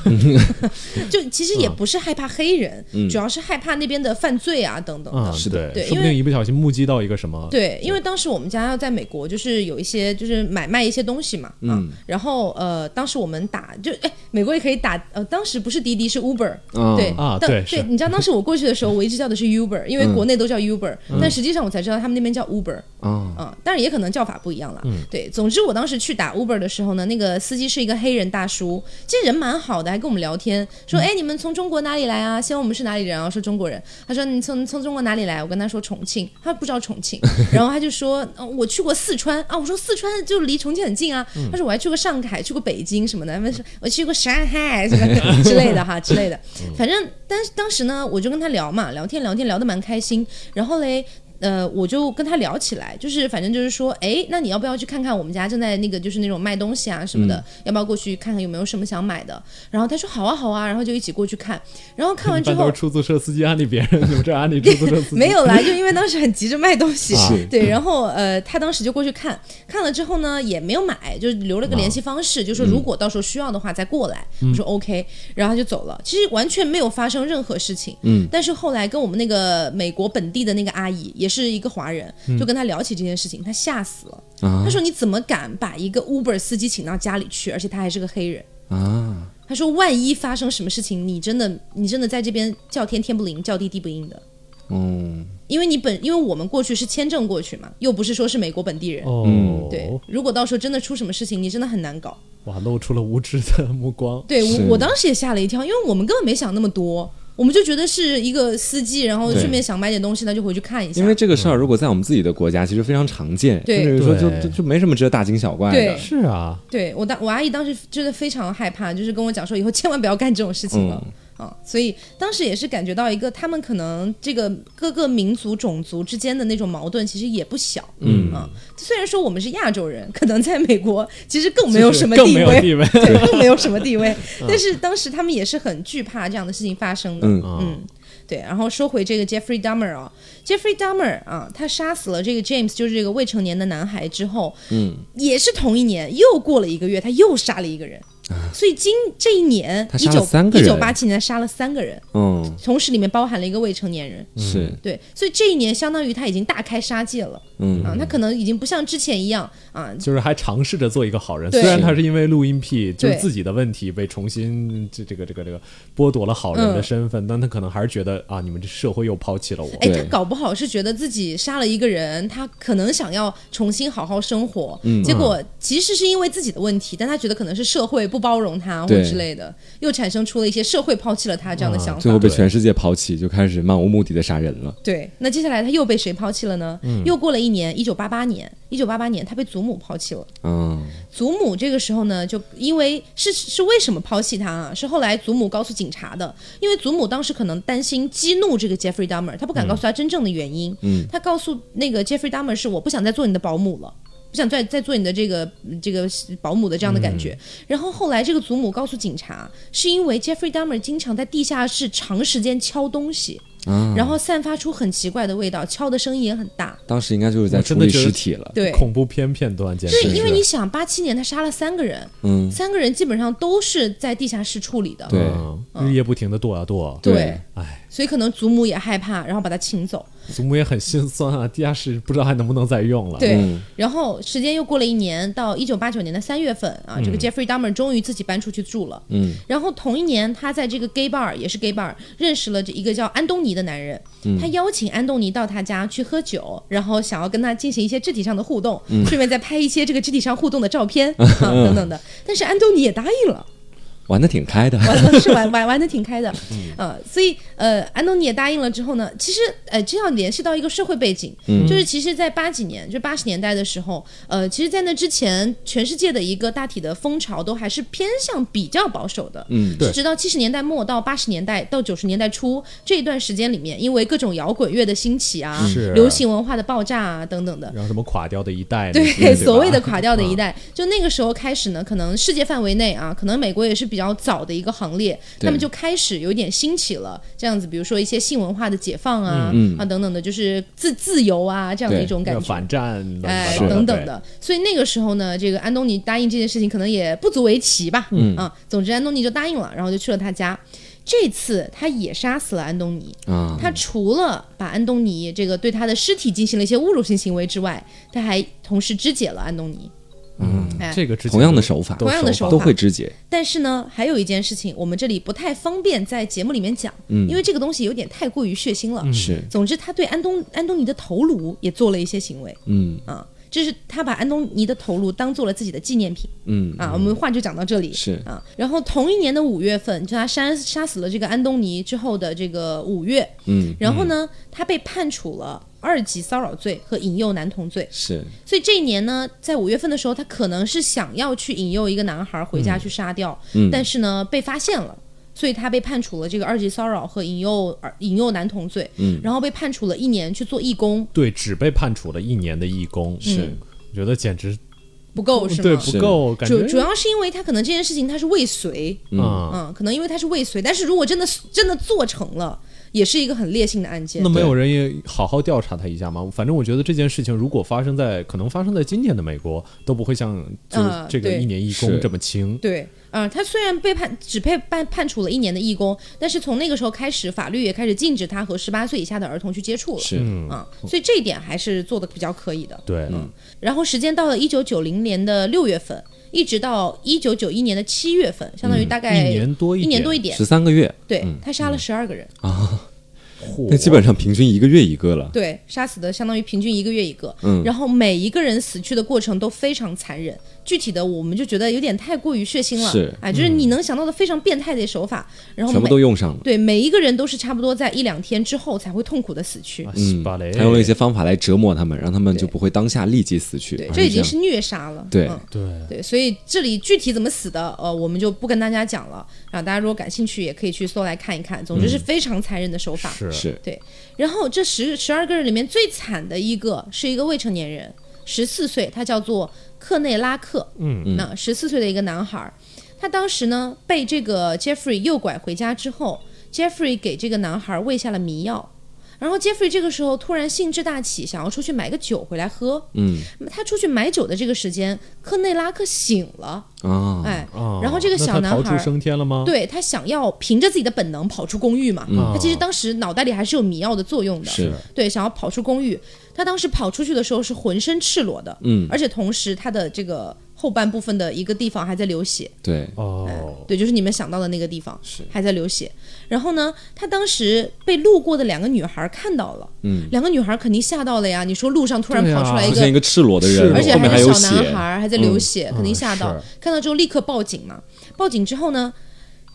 S3: 就其实也不是害怕黑人，主要是害怕那边的犯罪啊等等
S1: 啊、
S3: 的。
S2: 是的
S1: 对
S3: 对
S1: 说不
S3: 因
S1: 定
S3: 为
S1: 一不小心目击到一个什么，
S3: 对，因为当时我们家要在美国，就是有一些就是买卖一些东西嘛，啊，
S1: 嗯
S3: 然后呃，当时我们打就哎，美国也可以打，呃，当时不是滴滴是 Uber，、
S2: 啊
S3: 对
S1: 啊
S3: 当
S1: 对是嗯
S3: 对，你知道当时我过去的时候，我一直叫的是 Uber，因为国内都叫 Uber，、但实际上我才知道他们那边叫 Uber，
S2: 啊，
S3: 嗯，当然也可能叫法不一样了。对，总之我当时去打 Uber 的时候呢，那个司机是一个黑人大叔，其实人蛮好的，还跟我们聊天，说：“哎、你们从中国哪里来啊？”先问我们是哪里人，然后说中国人。他说：“你从从中国哪里来？”我跟他说重庆，他不知道重庆，然后他就说：“嗯、我去过四川啊。”我说：“四川就离重庆很近啊。他说：“我还去过上海，去过北京什么的。”他们说：“我去过上海啊什么的之类的哈之类的。”反正当当时呢，我就跟他聊嘛，聊天聊天聊得蛮开心。然后嘞，呃，我就跟他聊起来，就是反正就是说，哎，那你要不要去看看我们家正在那个就是那种卖东西啊什么的，要不要过去看看有没有什么想买的？然后他说好啊好啊，然后就一起过去看。然后看
S1: 一
S3: 完之
S1: 般都
S3: 后
S1: 是出租车司机安利别人， *laughs* 你们这安利出租车司机
S3: *laughs* 没有啦，就因为当时很急着卖东西，
S2: 啊是嗯
S3: 对，然后呃，他当时就过去看，看了之后呢，也没有买，就是留了个联系
S2: 啊
S3: 方式，就说
S2: 嗯
S3: 如果到时候需要的话再过来，我说 OK，然后他就走了，其实完全没有发生任何事情，嗯，但是后来跟我们那个美国本地的那个阿姨，也是一个华人，就跟他聊起这件事情，他吓死了，
S2: 嗯啊
S3: 他说你怎么敢把一个 Uber 司机请到家里去，而且他还是个黑人。
S2: 啊，
S3: 他说：“万一发生什么事情，你真的，你真的在这边叫天天不灵，叫地地不应的。”
S2: 嗯，
S3: 因为你本因为我们过去是签证过去嘛，又不是说是美国本地人。
S1: 哦、
S2: 嗯
S3: 对，如果到时候真的出什么事情，你真的很难搞。
S1: 哇，露出了无知的目光。
S3: 对
S2: 是
S3: 我我当时也吓了一跳，因为我们根本没想那么多，我们就觉得是一个司机，然后
S2: 对
S3: 顺便想买点东西，他就回去看一下
S2: 因。为这个事儿如果在我们自己的国家，其实非常常见，
S3: 对
S2: 甚至说就
S1: 嗯对
S2: 就就没什么值得大惊小怪的
S3: 对，
S1: 是啊，
S3: 对我当我阿姨当时真的非常害怕，就是跟我讲说以后千万不要干这种事情了。
S2: 嗯
S3: 啊，所以当时也是感觉到一个他们可能这个各个民族种族之间的那种矛盾其实也不小，嗯啊，虽然说我们是亚洲人，可能在美国其实更没有什么
S1: 就是
S3: 地
S1: 更没
S3: 位，
S1: 有地 *laughs* 位。
S3: *laughs* 对，更没有什么地位。但是当时他们也是很惧怕这样的事情发生的。
S2: 嗯
S3: 嗯，对。然后说回这个 Jeffrey Dahmer 啊、，Jeffrey Dahmer 啊，他杀死了这个 James，就是这个未成年的男孩之后，嗯，也是同一年，又过了一个月，他又杀了一个人。所以今这一年
S2: 啊他，
S3: 一
S2: 杀了
S3: 九
S2: 三个
S3: 一
S2: 人
S3: 九八七年杀了三个人，
S2: 嗯，
S3: 同时里面包含了一个未成年人。
S2: 是，
S3: 对，所以这一年相当于他已经大开杀戒了
S2: 嗯，
S3: 啊，他可能已经不像之前一样啊，
S1: 就是还尝试着做一个好人，
S3: 对
S1: 虽然他是因为录音癖，就是
S3: 对
S1: 自己的问题被重新这这个这个这个剥夺了好人的
S3: 嗯
S1: 身份，但他可能还是觉得啊，你们这社会又抛弃了我。
S3: 哎，
S2: 对
S3: 他搞不好是觉得自己杀了一个人，他可能想要重新好好生活，
S2: 嗯
S3: 结果其实是因为自己的问题，但他觉得可能是社会不包容他或者
S2: 对啊
S3: 之类的，又产生出了一些社会抛弃了他这样的想法。
S2: 最后被全世界抛弃，就开始漫无目的的杀人了。
S3: 对，那接下来他又被谁抛弃了呢？
S2: 嗯
S3: 又过了一年，一九八八年，一九八八年他被祖母抛弃了。
S2: 嗯，
S3: 祖母这个时候呢，就因为是是为什么抛弃他啊？是后来祖母告诉警察的，因为祖母当时可能担心激怒这个 Jeffrey Dahmer，他不敢告诉他真正的原因。嗯，他告诉那个 Jeffrey Dahmer 是我不想再做你的保姆了。不想再再做你的这个这个保姆的这样的感觉。然后后来这个祖母告诉警察，是因为 Jeffrey Dahmer 经常在地下室长时间敲东西，然后散发出很奇怪的味道，敲的声音也很大。
S2: 当时应该就是在
S1: 我
S2: 处
S1: 真的
S2: 理
S1: 觉得
S2: 尸体了。
S3: 对，
S1: 恐怖片片段，简
S3: 对，
S1: 直
S3: 因为你想，八七年他杀了三个人，
S2: 嗯
S3: 三个人基本上都是在地下室处理的，
S2: 对
S1: 嗯日夜不停的剁啊剁。
S3: 嗯对
S2: 对
S1: 哎，
S3: 所以可能祖母也害怕，然后把他请走。
S1: 祖母也很心酸啊， *laughs* 地下室不知道还能不能再用了。
S3: 对，
S2: 嗯
S3: 然后时间又过了一年，到一九八九年的三月份啊，这个 Jeffrey Dahmer 终于自己搬出去住了。
S2: 嗯，
S3: 然后同一年，他在这个 gay bar 也是 gay bar 认识了这一个叫安东尼的男人，
S2: 嗯
S3: 他邀请安东尼到他家去喝酒，然后想要跟他进行一些肢体上的互动，
S2: 嗯
S3: 顺便再拍一些这个肢体上互动的
S2: *laughs*
S3: 照片啊等等的。但是安东尼也答应了。
S2: 玩的挺开的。
S3: 玩 *laughs* 是玩玩玩的挺开的，呃，所以呃，安东尼也答应了之后呢，其实呃，这要联系到一个社会背景，就是其实，在八几年，就八十年代的时候，呃，其实，在那之前，全世界的一个大体的风潮都还是偏向比较保守的，
S2: 嗯
S1: 对
S3: 直到七十年代末到八十年代到九十年代初这一段时间里面，因为各种摇滚乐的兴起啊
S1: 是，
S3: 流行文化的爆炸啊等等的，
S1: 然后什么垮掉的一
S3: *laughs*
S1: 代那些，
S3: 对，嗯
S1: 吧
S3: 所谓的垮掉的一代，就那个时候开始呢，可能世界范围内啊，可能美国也是比较早的一个行列，
S2: 对
S3: 那么就开始有点兴起了这样子，比如说一些性文化的解放啊、啊等等的，就是自自由啊这样的一种
S1: 要
S3: 感觉。
S1: 反战，
S3: 哎，
S1: 乱七八糟
S3: 等等，的，所以那个时候呢，这个安东尼答应这件事情可能也不足为奇吧，嗯啊，总之安东尼就答应了，然后就去了他家。这次他也杀死了安东尼，
S2: 啊，
S3: 他除了把安东尼这个对他的尸体进行了一些侮辱性行为之外，他还同时肢解了安东尼。
S1: 嗯
S3: 哎，
S1: 这个之前
S2: 同样的手法，
S1: 都
S3: 同样的手法
S2: 都会肢解。
S3: 但是呢，还有一件事情，我们这里不太方便在节目里面讲，因为这个东西有点太过于血腥
S1: 嗯
S3: 了。
S2: 是，
S3: 总之，他对安东安东尼的头颅也做了一些行为
S2: 嗯
S3: 啊，就是他把安东尼的头颅当做了自己的纪念品。
S2: 嗯，
S3: 啊，我们话就讲到这里。
S2: 是
S3: 啊，然后同一年的五月份，就他杀杀死了这个安东尼之后的这个五月，
S2: 嗯，
S3: 然后呢，他被判处了二级骚扰罪和引诱男童罪。
S2: 是，
S3: 所以这一年呢，在五月份的时候，他可能是想要去引诱一个男孩回家去杀掉，
S1: 嗯
S3: 但是呢被发现了。所以他被判处了这个二级骚扰和引诱儿引诱男童罪，
S1: 嗯
S3: 然后被判处了一年去做义工，
S1: 对，只被判处了一年的义工，是，我觉得简直
S3: 不够
S1: 哦
S3: 是吗？
S1: 对不够，感
S3: 主
S1: 觉
S3: 主要是因为他可能这件事情他是未遂，
S1: 啊，
S3: 嗯，可能因为他是未遂，但是如果真的真的做成了，也是一个很烈性的案件
S1: 那。没有人也好好调查他一下吗？反正我觉得这件事情如果发生在可能发生在今天的美国，都不会像就是
S3: 啊
S1: 这个
S3: 对
S1: 一年义
S2: 是
S1: 工这么轻，
S3: 对，嗯、他虽然被判只被判判处了一年的义工，但是从那个时候开始，法律也开始禁止他和十八岁以下的儿童去接触了。
S2: 是
S3: 嗯，所以这一点还是做的比较可以的。
S1: 对，
S2: 嗯
S3: 然后时间到了一九九零年的六月份，一直到一九九一年的七月份，相当于大概
S1: 嗯一年多一
S3: 一年
S1: 点嗯
S3: 多一点
S2: 十。三个月，
S3: 对他杀了十二个人，
S1: 嚯
S2: 那基本上平均一个月一个了。
S3: 对，杀死的相当于平均一个月一个，
S2: 嗯
S3: 然后每一个人死去的过程都非常残忍，具体的我们就觉得有点太过于血腥了，
S2: 是嗯
S3: 哎，就是你能想到的非常变态的手法，然后
S2: 全部
S3: 每
S2: 都用上了，
S3: 对每一个人都是差不多在一两天之后才会痛苦的死去，
S1: 啊
S2: 嗯
S1: 西巴雷，
S2: 他用了一些方法来折磨他们，让他们就不会当下立即死去。
S3: 对，
S2: 而
S3: 这已经
S2: 哎样
S3: 是虐杀了，
S2: 对
S3: 嗯
S1: 对，
S3: 对，所以这里具体怎么死的，呃，我们就不跟大家讲了啊。大家如果感兴趣，也可以去搜来看一看。总
S2: 嗯
S3: 之是非常残忍的手法。
S1: 是
S2: 是
S3: 对，然后这十十二个人里面最惨的一个是一个未成年人，十四岁，他叫做克内拉克，嗯，那十四岁的一个男孩儿，他当时呢被这个 Jeffrey 诱拐回家之后，Jeffrey 给这个男孩儿喂下了迷药。然后 Jeffrey 这个时候突然兴致大起，想要出去买个酒回来喝。嗯，他出去买酒的这个时间，克内拉克醒了，
S2: 啊，
S3: 哎，
S1: 啊，
S3: 然后这个
S1: 那
S3: 小
S1: 他
S3: 男
S1: 逃出
S3: 孩儿
S1: 升天了吗？
S3: 对他想要凭着自己的本能跑出公寓嘛，
S1: 嗯
S3: 他其实当时脑袋里还是有迷药的作用的，
S2: 是
S3: 对，想要跑出公寓。他当时跑出去的时候是浑身赤裸的，
S2: 嗯
S3: 而且同时他的这个后半部分的一个地方还在流血，
S2: 对，
S1: 哦，
S3: 对，就是你们想到的那个地方
S2: 是
S3: 还在流血。然后呢，他当时被路过的两个女孩看到了，
S2: 嗯，啊
S3: 两个女孩肯定吓到了呀。你说路上突然跑出来一
S2: 出
S3: 个
S2: 现一个赤裸的人，
S1: 是
S3: 而且
S2: 后面
S3: 还
S2: 有
S3: 是
S2: 血
S3: 小，男孩儿还在流血，
S1: 嗯
S3: 肯定吓到
S1: 嗯是。
S3: 看到之后立刻报警嘛。报警之后呢，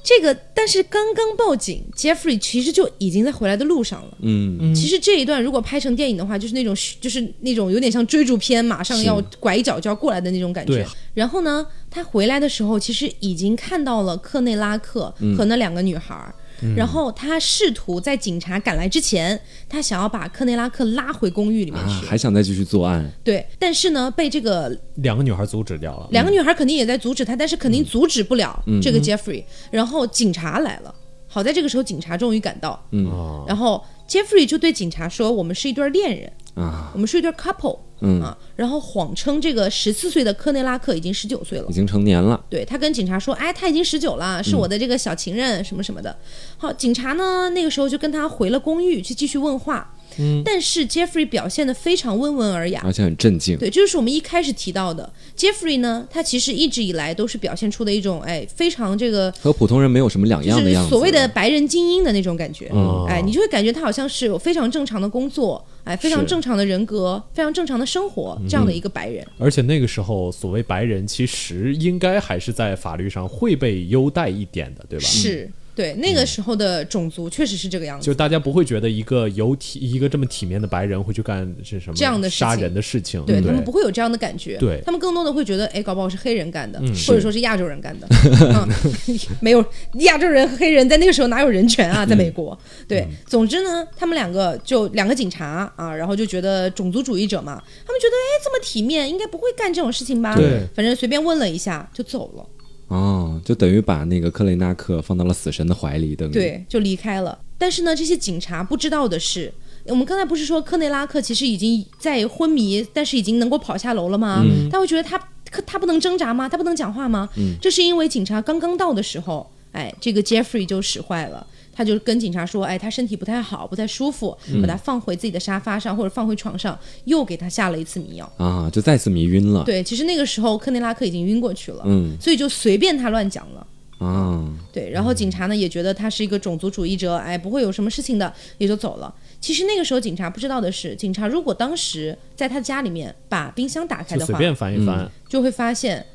S3: 这个但是刚刚报警，Jeffrey 其实就已经在回来的路上了。
S2: 嗯，
S3: 其实这一段如果拍成电影的话，就是那种就是那种有点像追逐片，马上要拐一脚就要过来的那种感觉
S1: 对。
S3: 然后呢，他回来的时候，其实已经看到了克内拉克和那两个女孩儿。然后他试图在警察赶来之前，他想要把克内拉克拉回公寓里面
S2: 啊，
S3: 去。
S2: 还想再继续作案，
S3: 对，但是呢，被这个
S1: 两个女孩阻止掉
S2: 嗯
S1: 了，
S3: 两个女孩肯定也在阻止他，但是肯定阻止不了这个 Jeffrey、然后警察来了，好在这个时候警察终于赶到，
S1: 啊，
S2: 嗯
S3: 然后 Jeffrey 就对警察说：“我们是一对恋人，
S2: 啊，
S3: 我们是一对 couple。”
S2: 嗯
S3: 啊，然后谎称这个十四岁的科内拉克已经十九岁了
S2: 已。经成年了，
S3: 对他跟警察说，哎，他已经十九了，
S2: 嗯
S3: 是我的这个小情人、什么什么的。好，警察呢那个时候就跟他回了公寓去继续问话。嗯，但是 Jeffrey 表现得非常温文尔雅，
S2: 而且很镇静。
S3: 对，这就是我们一开始提到的 Jeffrey 呢，他其实一直以来都是表现出的一种哎非常这个
S2: 和普通人没有什么两
S3: 就
S2: 样的
S3: 是
S2: 样子。
S3: 所谓的白人精英的那种感觉，
S1: 嗯
S3: 哎，你就会感觉他好像是有非常正常的工作，哎，非常
S1: 是
S3: 正常的人格，非常正常的生活这样的一个白人。
S1: 而且那个时候，所谓白人其实应该还是在法律上会被优待一点的，对吧？
S3: 是对那个时候的种族确实是这个样子
S1: 就。大家不会觉得一个有体一个这么体面的白人会去干是什么
S3: 这样的事情
S1: 杀人的事情，
S3: 对
S1: 对
S3: 他们不会有这样的感觉，
S1: 对嗯
S3: 他们更多的会觉得，哎，搞不好是黑人干的，或者说是亚洲人干的，嗯， *laughs* 没有亚洲人和黑人在那个时候哪有人权啊，在
S1: 嗯
S3: 美国，对，总之呢，他们两个就两个警察啊，然后就觉得种族主义者嘛，他们觉得，哎，这么体面，应该不会干这种事情吧？
S1: 对
S3: 反正随便问了一下就走了，
S2: 哦，就等于把那个克雷纳克放到了死神的怀里，等于
S3: 对，就离开了。但是呢，这些警察不知道的是。我们刚才不是说科内拉克其实已经在昏迷，但是已经能够跑下楼了吗？他会觉得他可他不能挣扎吗？他不能讲话吗？这是因为警察刚刚到的时候，哎，这个 Jeffrey 就使坏了，他就跟警察说，哎，他身体不太好，不太舒服，把他放回自己的沙发上或者放回床上，又给他下了一次迷药。
S2: 啊，就再次迷晕了。
S3: 对，其实那个时候科内拉克已经晕过去了，
S2: 嗯
S3: 所以就随便他乱讲了。
S2: 啊，
S3: 对，然后警察呢也觉得他是一个种族主义者，哎，不会有什么事情的，也就走了。其实那个时候警察不知道的是，警察如果当时在他家里面把冰箱打开
S1: 就
S3: 的
S1: 随
S3: 话，
S1: 便翻一翻。
S3: 就会发现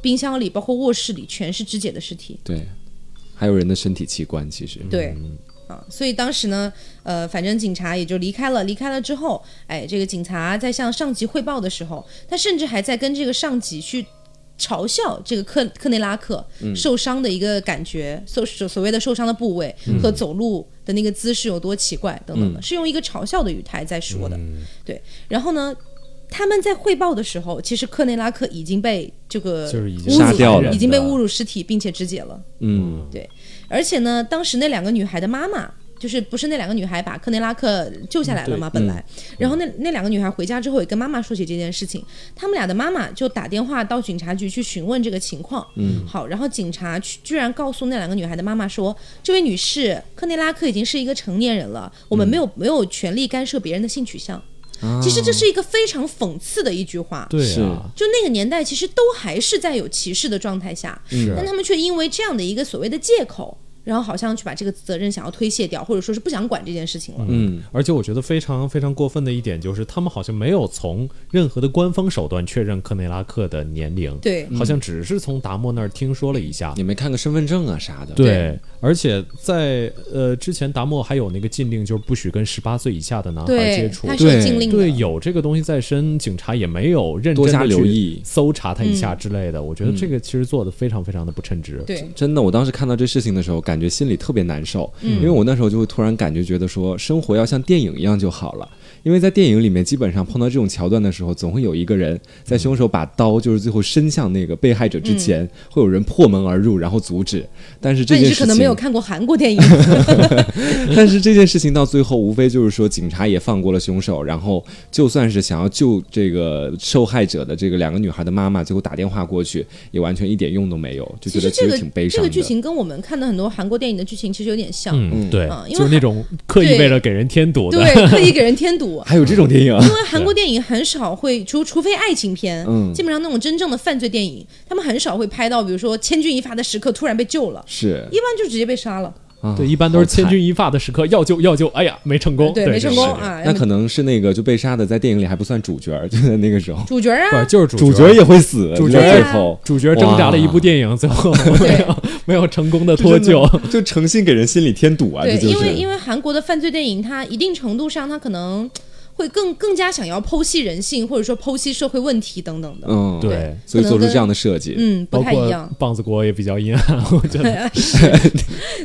S3: 冰箱里包括卧室里全是肢解的尸体。
S2: 对，还有人的身体器官，其实
S3: 对。
S1: 嗯
S3: 啊，所以当时呢，呃，反正警察也就离开了。离开了之后，哎，这个警察在向上级汇报的时候，他甚至还在跟这个上级去嘲笑这个克克内拉克
S1: 嗯
S3: 受伤的一个感觉，受所所谓的受伤的部位
S1: 嗯
S3: 和走路的那个姿势有多奇怪等等的，是用一个嘲笑的语态在说的。
S1: 嗯
S3: 对，然后呢，他们在汇报的时候，其实克内拉克已经被这个
S1: 就是已经
S3: 侮辱
S2: 杀掉了
S3: 已经被侮辱尸体并且肢解了。
S2: 嗯
S3: 而且呢，当时那两个女孩的妈妈，就是不是那两个女孩把科内拉克救下来了嘛，
S1: 嗯
S3: 本来，然后那那两个女孩回家之后也跟妈妈说起这件事情，他们俩的妈妈就打电话到警察局去询问这个情况。嗯，好，然后警察去居然告诉那两个女孩的妈妈说，这位女士，科内拉克已经是一个成年人了，我们没有、没有权利干涉别人的性取向。
S2: 啊，
S3: 其实这是一个非常讽刺的一句话。
S1: 对啊，
S3: 就那个年代，其实都还是在有歧视的状态下，
S1: 是
S3: 但他们却因为这样的一个所谓的借口，然后好像去把这个责任想要推卸掉，或者说是不想管这件事情了。
S2: 嗯
S1: 而且我觉得非常非常过分的一点就是，他们好像没有从任何的官方手段确认科内拉克的年龄，
S3: 对
S1: 好像只是从达莫那儿听说了一下。
S2: 也没看个身份证啊啥的。
S1: 对，而且在呃之前，达莫还有那个禁令，就是不许跟十八岁以下的男孩接
S3: 对，
S1: 触
S3: 他。是有
S2: 对
S3: 禁令
S1: 对，
S3: 的。
S1: 有这个东西在身，警察也没有认真
S2: 多加
S1: 的
S3: 嗯
S2: 留意
S1: 去搜查他一下之类的。我觉得这个其实做的非常非常的不称职。
S3: 对，
S2: 真的，我当时看到这事情的时候，感觉心里特别难受，
S3: 嗯
S2: 因为我那时候就会突然感觉觉得说，生活要像电影一样就好了。因为在电影里面，基本上碰到这种桥段的时候，总会有一个人在凶手把刀就是最后伸向那个被害者之前，会有人破门而入，然后阻止。但是
S3: 那
S2: 这
S3: 嗯你
S2: 件
S3: 是
S2: 事
S3: 可能没有
S2: 情，
S3: 看过韩国电影，
S2: *laughs* 但是这件事情到最后，无非就是说，警察也放过了凶手，然后就算是想要救这个受害者的这个两个女孩的妈妈，最后打电话过去，也完全一点用都没有，就觉得
S3: 其实
S2: 其
S3: 这
S2: 实
S3: 个
S2: 挺悲
S3: 这
S2: 伤
S3: 个
S2: 的。
S3: 剧情跟我们看的很多韩国电影的剧情其实有点像，
S1: 嗯，对
S3: 嗯，因为
S1: 就是那种刻意为了给人添堵的。
S3: 对， *laughs* 刻意给人添
S2: *laughs*
S3: 堵。
S2: 还有这种电影啊？
S3: 因为韩国电影很少会，除除非爱情片，
S2: 嗯
S3: 基本上那种真正的犯罪电影，他们很少会拍到，比如说千钧一发的时刻突然被救了，
S2: 是
S3: 一般就直接被杀了，
S2: 啊
S1: 对，一般都是千
S2: 好惨
S1: 钧一发的时刻，要救要救，哎呀，没成功，
S3: 对，没成功
S1: 这种事情
S3: 啊，要
S2: 那
S3: 么
S2: 可能是那个就被杀的，在电影里还不算主角儿，就在那个时候，
S3: 主角
S1: 不
S3: 啊
S1: 是，就是
S2: 主角
S1: 角
S2: 也会死，
S1: 主
S2: 就
S1: 角
S2: 在最
S3: 啊
S2: 后
S1: 主角挣扎了一部电影，最后没有没有成功的
S2: 这
S1: 脱
S2: 真
S1: 臼。
S2: 的 *laughs* 就诚心给人心里添堵啊！
S3: 对，
S2: 这就
S3: 因为
S2: 是
S3: 因为韩国的犯罪电影，它一定程度上，它可能会更更加想要剖析人性，或者说剖析社会问题等等的。
S2: 嗯，
S1: 对，
S2: 所以
S3: 可能
S2: 做出
S3: 跟
S2: 这样的设计，
S3: 嗯，不
S1: 包
S3: 太一
S1: 括
S3: 样，
S1: 棒子国也比较阴暗，我觉得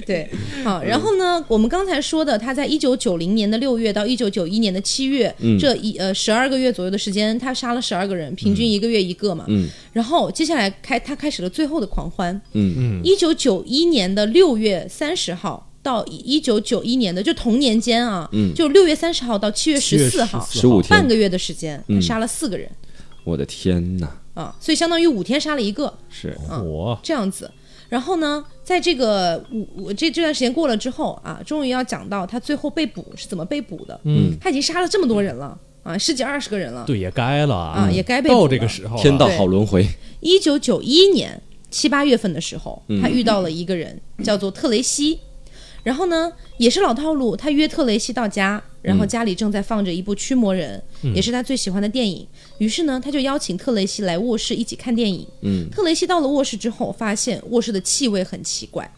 S3: 对，好，然后呢，我们刚才说的，他在一九九零年的六月到一九九一年的七月，
S2: 嗯
S3: 这一呃十二个月左右的时间，他杀了十二个人，平均一个月一个嘛，
S2: 嗯，
S3: 然后接下来开他开始了最后的狂欢，
S2: 嗯
S3: 一九九一年的六月三十号，到一九九一年的就同年间啊，就六月三十号到七月十四号，
S1: 7月14号
S2: 15天
S3: 半个月的时间，他杀了四个人
S2: 我的天哪，
S3: 啊，所以相当于五天杀了一个
S2: 是
S3: 嗯
S1: 我
S3: 这样子。然后呢，在这个五我这这段时间过了之后啊，终于要讲到他最后被捕是怎么被捕的。嗯，他已经杀了这么多人了啊，十几二十个人了。
S1: 对也该了
S3: 啊也该被捕
S1: 到
S3: 了
S1: 这个时候了
S2: 天道
S3: 对
S2: 好轮回，
S3: 一九九一年七八月份的时候，他遇到了一个人、叫做特雷西，然后呢，也是老套路，他约特雷西到家，然后家里正在放着一部《驱魔人》也是他最喜欢的电影，于是呢，他就邀请特雷西来卧室一起看电影。
S2: 嗯，
S3: 特雷西到了卧室之后，发现卧室的气味很奇怪，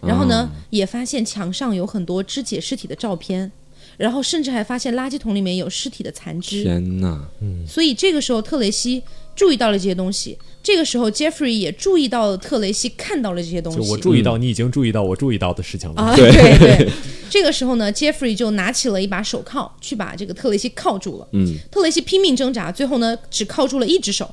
S3: 然后呢，也发现墙上有很多肢解尸体的照片。然后甚至还发现垃圾桶里面有尸体的残肢，
S2: 天哪，
S1: 嗯
S3: 所以这个时候特雷西注意到了这些东西。这个时候，Jeffrey 也注意到了特雷西看到了这些东西。
S1: 就我注意到你已经注意到我注意到的事情了
S3: 啊，，对
S2: *laughs*
S3: 对。这个时候呢，Jeffrey 就拿起了一把手铐，去把这个特雷西铐住了。
S2: 嗯，
S3: 特雷西拼命挣扎，最后呢只铐住了一只手。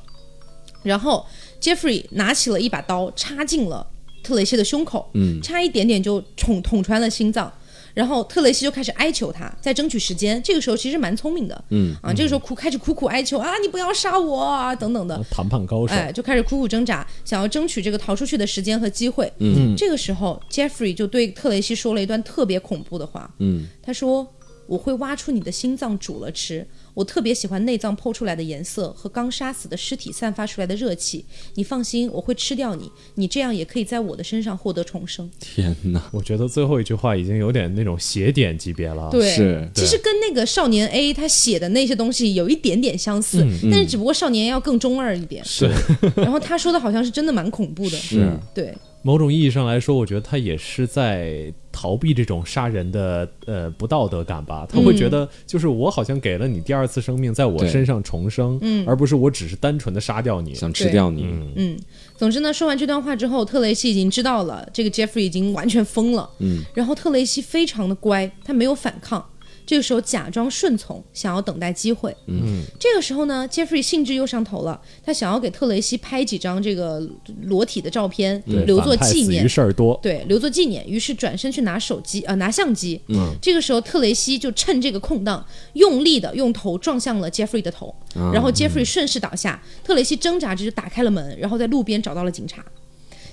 S3: 然后 Jeffrey 拿起了一把刀，插进了特雷西的胸口，
S2: 嗯
S3: 差一点点就捅捅穿了心脏。然后特雷西就开始哀求他，在争取时间。这个时候其实蛮聪明的，
S2: 嗯
S3: 啊，这个时候苦开始苦苦哀求啊，你不要杀我啊，等等的。
S1: 呃谈判高手
S3: 哎，就开始苦苦挣扎，想要争取这个逃出去的时间和机会。嗯，这个时候，Jeffrey 就对特雷西说了一段特别恐怖的话。
S2: 嗯，
S3: 他说：“我会挖出你的心脏煮了吃，我特别喜欢内脏剖出来的颜色和刚杀死的尸体散发出来的热气。你放心，我会吃掉你，你这样也可以在我的身上获得重生。
S2: 天哪，
S1: 我觉得最后一句话已经有点那种邪典级别了。”，
S3: 对，
S2: 哦是
S3: 其实跟那个少年 A 他写的那些东西有一点点相似，但是只不过少年要更中二一点。
S2: 嗯是
S3: 然后他说的好像是真的蛮恐怖的，
S2: 是，
S3: 对。
S1: 某种意义上来说，我觉得他也是在逃避这种杀人的呃不道德感吧。他会
S3: 嗯
S1: 觉得，就是我好像给了你第二次生命，在我
S2: 对
S1: 身上重生，而不是我只是单纯的杀掉你。
S2: 想吃掉你，
S3: 嗯，总之呢，说完这段话之后，特雷西已经知道了这个 Jeffrey 已经完全疯了。嗯，然后特雷西非常的乖，他没有反抗，这个时候假装顺从，想要等待机会。嗯，这个时候呢，Jeffrey 兴致又上头了，他想要给特雷西拍几张这个裸体的照片，
S1: 对
S3: 留作
S1: 反派
S3: 纪
S1: 死
S3: 念
S1: 于。事儿多，
S3: 对，留作纪念。于是转身去拿手机，啊，拿相机。嗯，这个时候特雷西就趁这个空档，用力的用头撞向了 Jeffrey 的头，然后 Jeffrey 顺势倒下。特雷西挣扎着就打开了门，然后在路边找到了警察。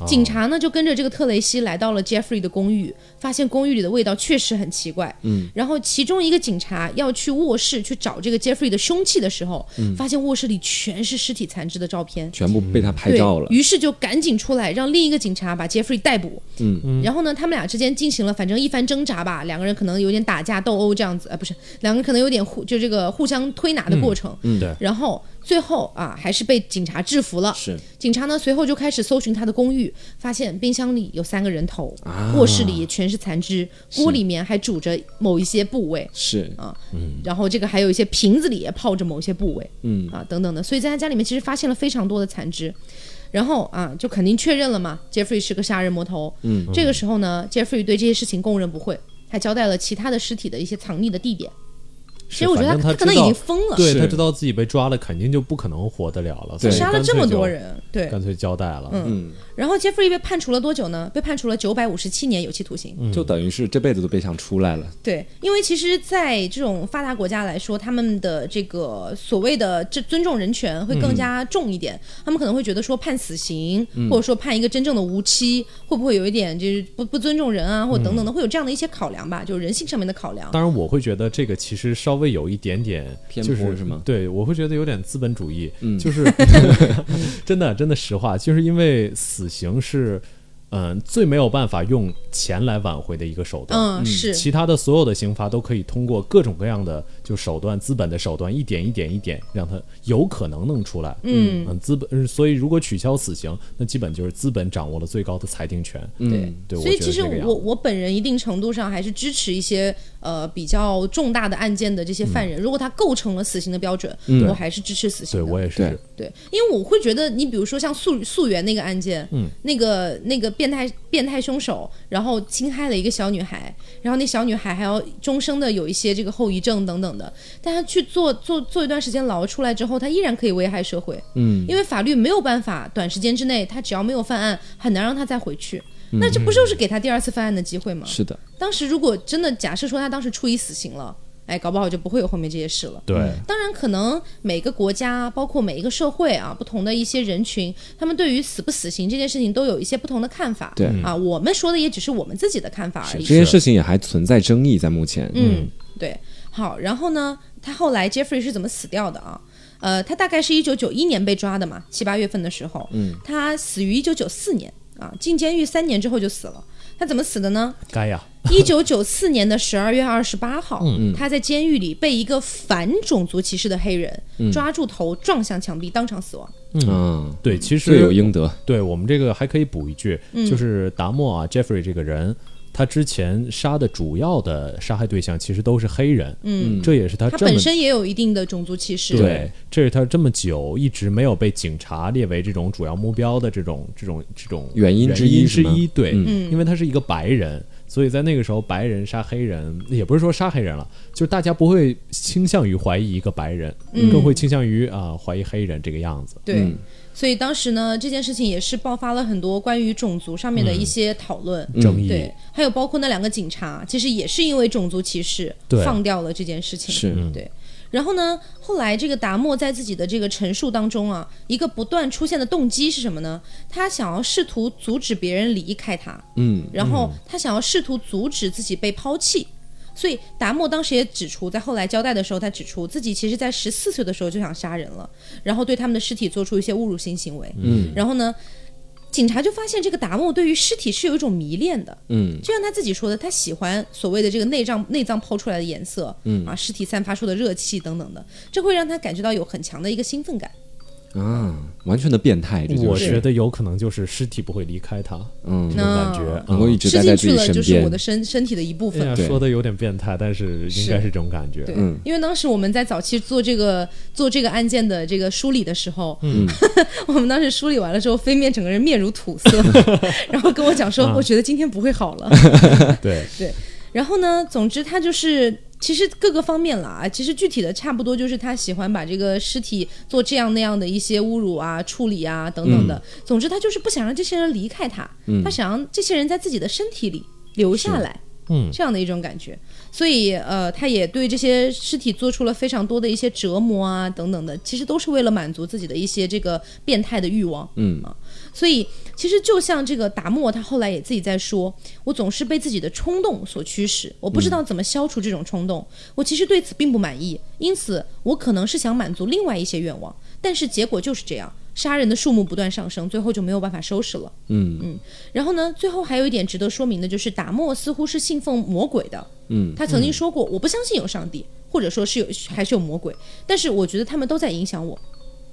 S3: 警察呢就跟着这个特雷西来到了 Jeffrey 的公寓，发现公寓里的味道确实很奇怪。嗯，然后其中一个警察要去卧室去找这个 Jeffrey 的凶器的时候，发现卧室里全是尸体残肢的照片。
S2: 全部被他拍
S3: 对
S2: 照了，
S3: 于是就赶紧出来，让另一个警察把 Jeffrey 逮捕。嗯，然后呢，他们俩之间进行了反正一番挣扎吧，两个人可能有点打架斗殴这样子，呃，不是，两个人可能有点互就这个互相推拿的过程。嗯，
S1: 对
S3: 然后最后啊，还是被警察制服了。
S2: 是，
S3: 警察呢随后就开始搜寻他的公寓，发现冰箱里有三个人头，
S2: 啊
S3: 卧室里也全是残肢，锅里面还煮着某一些部位。
S2: 是，
S3: 啊，然后这个还有一些瓶子里也泡着某些部位，
S2: 嗯
S3: 啊等等的，所以在他家里面其实发现了非常多的残肢，然后啊就肯定确认了嘛，Jeffrey 是个杀人魔头，嗯，这个时候呢，Jeffrey 对这些事情供认不讳，还交代了其他的尸体的一些藏匿的地点，其
S1: 是
S3: 实我觉得
S1: 反正
S3: 他
S1: 他
S3: 可能
S1: 知
S3: 已
S1: 道
S3: 经疯了，
S1: 对
S2: 是
S1: 他知道自己被抓了，肯定就不可能活得了了，所以
S3: 杀了
S1: 干脆
S3: 这么
S1: 就，
S3: 多人，对，
S1: 干脆交代了。
S2: 嗯，
S3: 然后 Jeffrey 被判处了多久呢？被判处了九百五十七年有期徒刑，
S2: 就等于是这辈子都别想出来了，
S3: 对，因为其实，在这种发达国家来说，他们的这个所谓的这尊重人权会
S1: 嗯
S3: 更加重一点。他们可能会觉得说判死刑，或者说判一个真正的无期，会不会有一点就是不不尊重人啊，或者等等的，会有这样的一些考量吧，就是人性上面的考量。
S1: 嗯当然，我会觉得这个其实稍微有一点点
S2: 偏
S1: 就
S2: 颇
S1: 是
S2: 是吗嗯
S1: 对，我会觉得有点资本主义，就是
S2: *laughs*
S1: 真的真的实话，就是因为死刑是嗯、最没有办法用钱来挽回的一个手段。
S3: 嗯，是，
S1: 其他的所有的刑罚都可以通过各种各样的就手段、资本的手段，一点一点一点让它有可能弄出来。
S3: 嗯
S1: 资本，嗯所以如果取消死刑，那基本就是资本掌握了最高的裁定权。
S2: 嗯
S3: 对。
S1: 对，
S3: 所以
S1: 我觉
S3: 其
S1: 得
S3: 实
S1: 这个样
S3: 我我本人一定程度上还是支持一些呃比较重大的案件的这些犯人，如果他构成了死刑的标准，我还是支持死刑
S1: 嗯对
S3: 的。
S1: 我也是
S2: 对，
S3: 对，因为我会觉得，你比如说像溯溯源那个案件，嗯，那个那个变态变态凶手，然后侵害了一个小女孩，然后那小女孩还要终生的有一些这个后遗症等等的，但她去做做做一段时间牢出来之后，她依然可以危害社会，嗯，因为法律没有办法短时间之内，她只要没有犯案，很难让她再回去。那这不就是给他第二次犯案的机会吗？
S2: 是的，
S3: 当时如果真的假设说他当时处以死刑了，哎，搞不好就不会有后面这些事了。
S1: 对，
S2: 嗯
S3: 当然，可能每个国家，包括每一个社会啊，不同的一些人群，他们对于死不死刑这件事情都有一些不同的看法。
S2: 对
S3: 啊，我们说的也只是我们自己的看法而已。
S2: 这件事情也还存在争议，在目前，
S3: 嗯，对。好，然后呢，他后来 Jeffrey 是怎么死掉的啊？呃，他大概是一九九一年被抓的嘛，七八月份的时候。嗯，他死于一九九四年啊，进监狱三年之后就死了。他怎么死的呢？
S1: 该呀， *laughs*
S3: 一九九四年的十二月二十八号，
S1: 嗯
S3: 他在监狱里被一个反种族歧视的黑人
S1: 嗯
S3: 抓住头撞向墙壁，当场死亡。
S1: 啊
S2: 嗯，
S1: 对，其实
S2: 罪有应得，
S1: 对我们这个还可以补一句，
S3: 嗯
S1: 就是达莫啊，Jeffrey 这个人。他之前杀的主要的杀害对象其实都是黑人，嗯，这也是他
S3: 他
S1: 这么
S3: 本身也有一定的种族歧视。
S1: 对，这是他这么久一直没有被警察列为这种主要目标的这种这种这种
S2: 原因之一
S1: 之
S2: 是吗嗯
S1: 对，因为他是一个白人，所以在那个时候白人杀黑人，也不是说杀黑人了，就是大家不会倾向于怀疑一个白人，
S3: 嗯
S1: 更会倾向于啊、怀疑黑人这个样子。
S3: 对，所以当时呢，这件事情也是爆发了很多关于种族上
S1: 嗯
S3: 面的一些讨论。
S2: 嗯
S1: 争议
S3: 嗯对，还有包括那两个警察，其实也是因为种族歧视
S1: 对
S3: 放掉了这件事情。
S2: 是
S3: 对。然后呢，后来这个达莫在自己的这个陈述当中啊，一个不断出现的动机是什么呢？他想要试图阻止别人离开他，
S2: 嗯，
S3: 然后他想要试图阻止自己被抛弃。所以达莫当时也指出，在后来交代的时候，他指出自己其实在十四岁的时候就想杀人了，然后对他们的尸体做出一些侮辱性行为。嗯，然后呢，警察就发现这个达莫对于尸体是有一种迷恋的。
S2: 嗯，
S3: 就像他自己说的，他喜欢所谓的这个内脏内脏抛出来的颜色，嗯啊，尸体散发出的热气等等的，这会让他感觉到有很强的一个兴奋感。
S2: 啊，完全的变态，这就
S1: 我
S2: 是
S1: 觉得有可能就是尸体不会离开他，
S2: 嗯
S1: 这种感觉
S3: 那。
S1: 嗯
S2: 能够一直
S3: 吃
S2: 待在
S3: 进
S2: 自己
S3: 去了
S2: 身
S3: 就是我
S2: 边
S3: 的，身身体的一部分
S1: 哎。呀，
S2: 对
S1: 说的有点变态，但是应该是这种感觉。
S3: 对，
S2: 嗯
S3: 因为当时我们在早期做这个做这个案件的这个梳理的时候，嗯， *laughs* 我们当时梳理完了之后，飞面整个人面如土色， *laughs* 然后跟我讲说，我觉得今天不会好了。
S1: 对，
S3: 然后呢，总之他就是。其实各个方面了啊，其实具体的差不多就是他喜欢把这个尸体做这样那样的一些侮辱啊、处理啊等等的。总之，他就是不想让这些人离开他，他想让这些人在自己的身体里留下来，
S1: 嗯
S3: 这样的一种感觉。所以，呃，他也对这些尸体做出了非常多的一些折磨啊等等的，其实都是为了满足自己的一些这个变态的欲望。
S2: 嗯
S3: 啊，所以其实就像这个达莫，他后来也自己在说，我总是被自己的冲动所驱使，我不知道怎么消除这种冲动。我其实对此并不满意，因此我可能是想满足另外一些愿望，但是结果就是这样，杀人的数目不断上升，最后就没有办法收拾了。
S2: 嗯
S3: 嗯，然后呢，最后还有一点值得说明的就是，达莫似乎是信奉魔鬼的。
S2: 嗯，
S3: 他曾经说过，我不相信有上帝，或者说是有还是有魔鬼，但是我觉得他们都在影响我。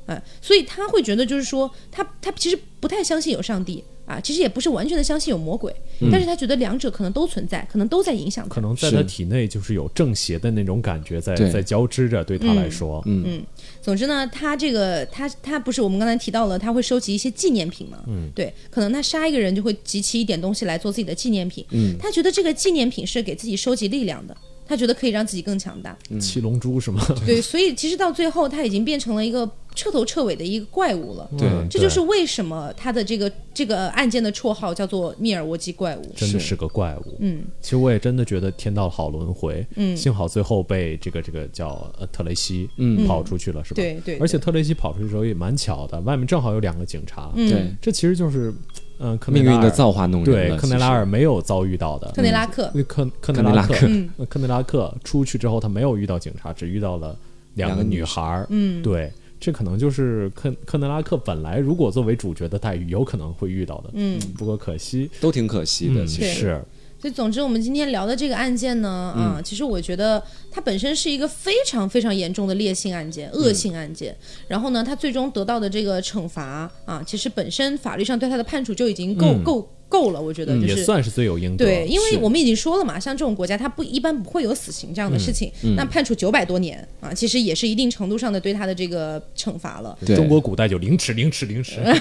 S3: 哎，所以他会觉得就是说，他他其实不太相信有上帝啊，其实也不是完全的相信有魔鬼，
S2: 嗯
S3: 但是他觉得两者可能都存在，可能都在影响他
S1: 可。能在
S2: 是
S1: 他体内就是有正邪的那种感觉在
S2: 对
S1: 在交织着，对他来说，嗯，
S3: 总之呢，他这个他他不是我们刚才提到了，他会收集一些纪念品嘛？嗯，对，可能他杀一个人就会集齐一点东西来做自己的纪念品。嗯，他觉得这个纪念品是给自己收集力量的，他觉得可以让自己更强大。
S2: 嗯
S1: 七龙珠
S2: *laughs*
S1: 是吗？
S3: 对，所以其实到最后他已经变成了一个彻头彻尾的一个怪物了。
S2: 对
S1: 嗯
S3: 这就是为什么他的这个这个案件的绰号叫做密尔沃基怪物。
S1: 真的是个怪物。嗯，其实我也真的觉得天道好轮回。嗯，幸好最后被这个这个叫呃特雷西嗯跑出去了，是吧？
S3: 对对对
S1: 而且特雷西跑出去的时候也蛮巧的，外面正好有两个警察。嗯，
S2: 对，
S1: 这其实就是嗯、呃科内
S2: 命
S1: 拉尔
S2: 运的造化弄人
S1: 对
S2: 了，
S1: 科内拉尔没有遭遇到的。
S3: 特内拉克，
S1: 嗯科科内
S2: 内
S1: 拉
S2: 拉克
S3: 嗯
S1: 呃科内拉克出去之后，他没有遇到警察，只遇到了两
S2: 两
S1: 个
S2: 个
S1: 女
S2: 女
S1: 孩儿。嗯，对。这可能就是科科内拉克本来如果作为主角的待遇，有可能会遇到的。嗯，不过可惜
S2: 其，实都挺可惜的，
S1: 嗯
S2: 其
S3: 对
S2: 实
S1: 是
S3: 所以，总之，我们今天聊的这个案件呢，啊，其实我觉得它本身是一个非常非常严重的烈性案件、恶性案件。然后呢，他最终得到的这个惩罚啊，其实本身法律上对他的判处就已经够、够够了，我觉得
S2: 嗯
S3: 就
S1: 嗯也
S3: 是。
S1: 算是罪有应得。
S3: 对，因为我们已经说了嘛，像这种国家，它不一般不会有死刑这样的事情，那判处九百多年啊，其实也是一定程度上的对他的这个惩罚了。
S2: 对
S1: 中国古代就凌迟，凌迟，凌迟，
S3: 嗯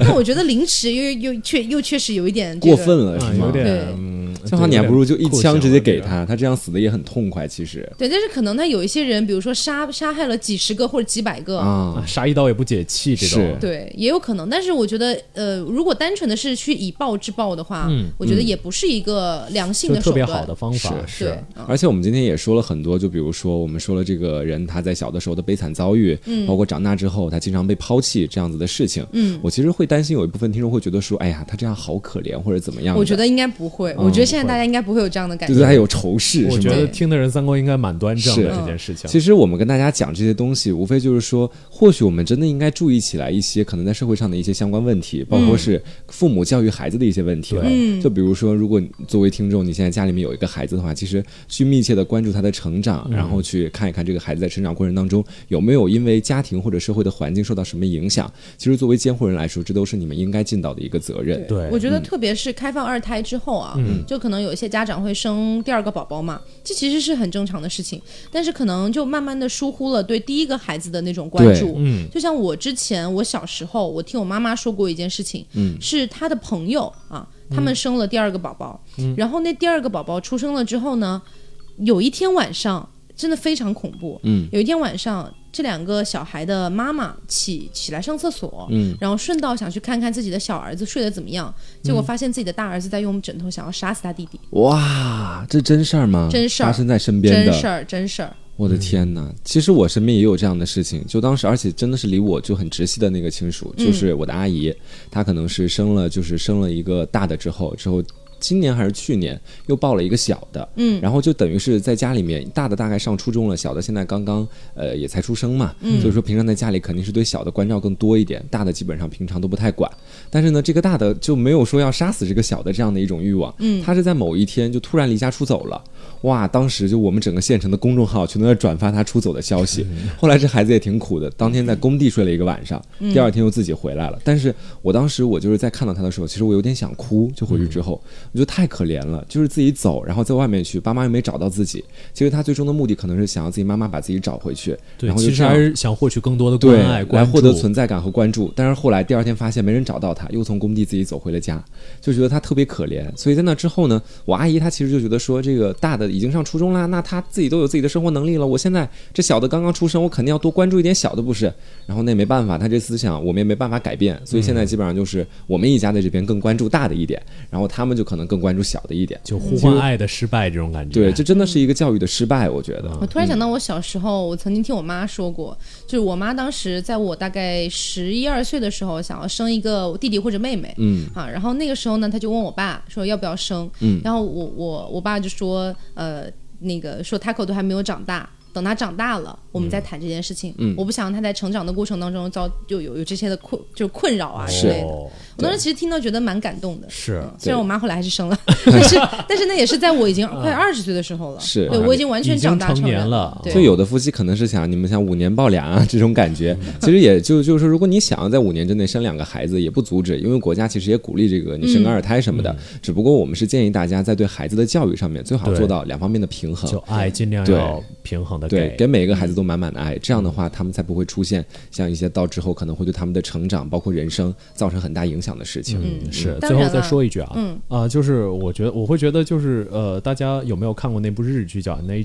S3: 但我觉得凌迟又又又确又确实有一点、这
S2: 过
S3: 个、
S2: 分了，是
S1: 啊有
S2: 吗？
S1: 点
S3: 对
S1: 嗯
S2: 相反，你还不如就一枪直接给他，他这样死的也很痛快。其实
S3: 对，但是可能他有一些人，比如说杀杀害了几十个或者几百个，
S2: 啊，
S1: 杀一刀也不解气，这种
S2: 是
S3: 对，也有可能。但是我觉得，呃，如果单纯的是去以暴制暴的话，
S1: 嗯
S3: 我觉得也不是一个良性
S1: 就
S3: 的手
S1: 特别
S3: 段。
S1: 好的方法
S3: 对，
S1: 啊
S3: 嗯
S2: 而且我们今天也说了很多，就比如说我们说了这个人他在小的时候的悲惨遭遇，包括长大之后他经常被抛弃这样子的事情。
S3: 嗯
S2: 我其实会担心有一部分听众会觉得说，哎呀，他这样好可怜或者怎么样的。
S3: 我觉得应该不会。
S1: 嗯
S3: 我觉得现在大家应该不会有这样的感
S2: 对
S3: 觉。
S2: 对他有仇视，
S1: 我
S2: 是
S1: 觉
S2: 吗
S1: 得听的人三观应该蛮端正
S2: 是
S1: 的这件事情。
S2: 其实我们跟大家讲这些东西，无非就是说，或许我们真的应该注意起来一些可能在社会上的一些相关问题，包括是父母教育孩子的一些问题了。
S3: 嗯
S2: 就比如说，如果你作为听众，你现在家里面有一个孩子的话，其实去密切的关注他的成长，然后去看一看这个孩子在成长过程当中有没有因为家庭或者社会的环境受到什么影响。其实作为监护人来说，这都是你们应该尽到的一个责任。
S1: 对嗯
S3: 我觉得特别是开放二胎之后啊，就可能有一些家长会生第二个宝宝嘛，这其实是很正常的事情，但是可能就慢慢的疏忽了对第一个孩子的那种关注。
S1: 嗯，
S3: 就像我之前，我小时候，我听我妈妈说过一件事情，
S2: 嗯
S3: 是她的朋友啊，他们生了第二个宝宝，
S2: 嗯
S3: 然后那第二个宝宝出生了之后呢，有一天晚上真的非常恐怖，
S2: 嗯
S3: 有一天晚上，这两个小孩的妈妈起起来上厕所，
S2: 嗯
S3: 然后顺道想去看看自己的小儿子睡得怎么样，结果发现自己的大儿子在用枕头想要杀死他弟弟，
S2: 哇，这真事儿吗？
S3: 真事儿
S2: 发生在身边的。
S3: 真事儿，真事儿，
S2: 我的天呐，其实我身边也有这样的事情，就当时，而且真的是离我就很直系的那个亲属，就是我的阿姨，她可能是生了，就是生了一个大的之后，之后今年还是去年又抱了一个小的，
S3: 嗯
S2: 然后就等于是在家里面，大的大概上初中了，小的现在刚刚呃也才出生嘛，所以说平常在家里肯定是对小的关照更多一点，大的基本上平常都不太管，但是呢，这个大的就没有说要杀死这个小的这样的一种欲望，
S3: 嗯
S2: 他是在某一天就突然离家出走了。哇！当时就我们整个县城的公众号全都在转发他出走的消息。
S1: 嗯
S2: 后来这孩子也挺苦的，当天在工地睡了一个晚上，
S1: 嗯
S2: 第二天又自己回来了。但是我当时我就是在看到他的时候，其实我有点想哭，就回去之
S1: 嗯
S2: 后，我觉得太可怜了，就是自己走，然后在外面去，爸妈又没找到自己。其实他最终的目的可能是想要自己妈妈把自己找回去，
S1: 对，
S2: 然后就
S1: 其
S2: 这
S1: 实
S2: 样
S1: 还是想获取更多的
S2: 对
S1: 关爱、，
S2: 来
S1: 关
S2: 获得
S1: 注
S2: 存在感和关注。但是后来第二天发现没人找到他，又从工地自己走回了家，就觉得他特别可怜。所以在那之后呢，我阿姨她其实就觉得说，这个大的已经上初中啦，那她自己都有自己的生活能力了，我现在这小的刚刚出生，我肯定要多关注一点小的，不是？然后那也没办法，她这思想我们也没办法改变，所以
S1: 嗯
S2: 现在基本上就是我们一家在这边更关注大的一点，然后他们就可能更关注小的一点。
S1: 就呼唤爱的失败这种感觉。
S2: 对，这真的是一个教育的失败，我觉得。
S3: 我突然想
S1: 嗯
S3: 到我小时候，我曾经听我妈说过，就是我妈当时在我大概十一二岁的时候，想要生一个弟弟或者妹妹，
S2: 嗯
S3: 啊，然后那个时候呢，他就问我爸说要不要生，
S2: 嗯
S3: 然后我我我爸就说，呃，那个说 Taco 都还没有长大，等他长大了，我们再谈这件事情。
S2: 嗯
S3: 我不想让他在成长的过程当中遭就有有这些的困就是困扰啊之类的。
S1: 哦，
S3: 我当时其实听到觉得蛮感动的。
S1: 是
S3: 嗯虽
S2: 对
S3: 然我妈后来还是生了， *laughs* 但是但是那也是在我已经快二十岁的时候了，
S2: 是
S3: 对我已经完全
S1: 嗯已经
S3: 长大
S1: 成
S3: 成
S1: 年
S3: 人
S1: 了
S3: 对，
S2: 就有的夫妻可能是想你们想五年抱俩啊这种感觉，
S3: 嗯
S2: 其实也就就是说，如果你想要在五年之内生两个孩子，也不阻止，因为国家其实也鼓励这个你生个
S3: 嗯
S2: 二胎什么的。只不过我们是建议大家在对孩子的教育上面最好
S1: 嗯对
S2: 做到两方面的平衡
S1: 就。嗯爱尽量
S2: 嗯对
S1: 要平衡的
S2: 对
S1: 给，。
S2: 给每一个孩子都满满的爱，这样的话，他们才不会出现像一些到之后可能会对他们的成长，包括人生造成很大影响的事情。
S1: 嗯，是。
S3: 当
S1: 最后
S3: 然
S1: 再
S3: 了
S1: 说一句啊，
S3: 嗯
S1: 啊，就是我觉得我会觉得就是呃，大家有没有看过那部日剧叫《Nature》？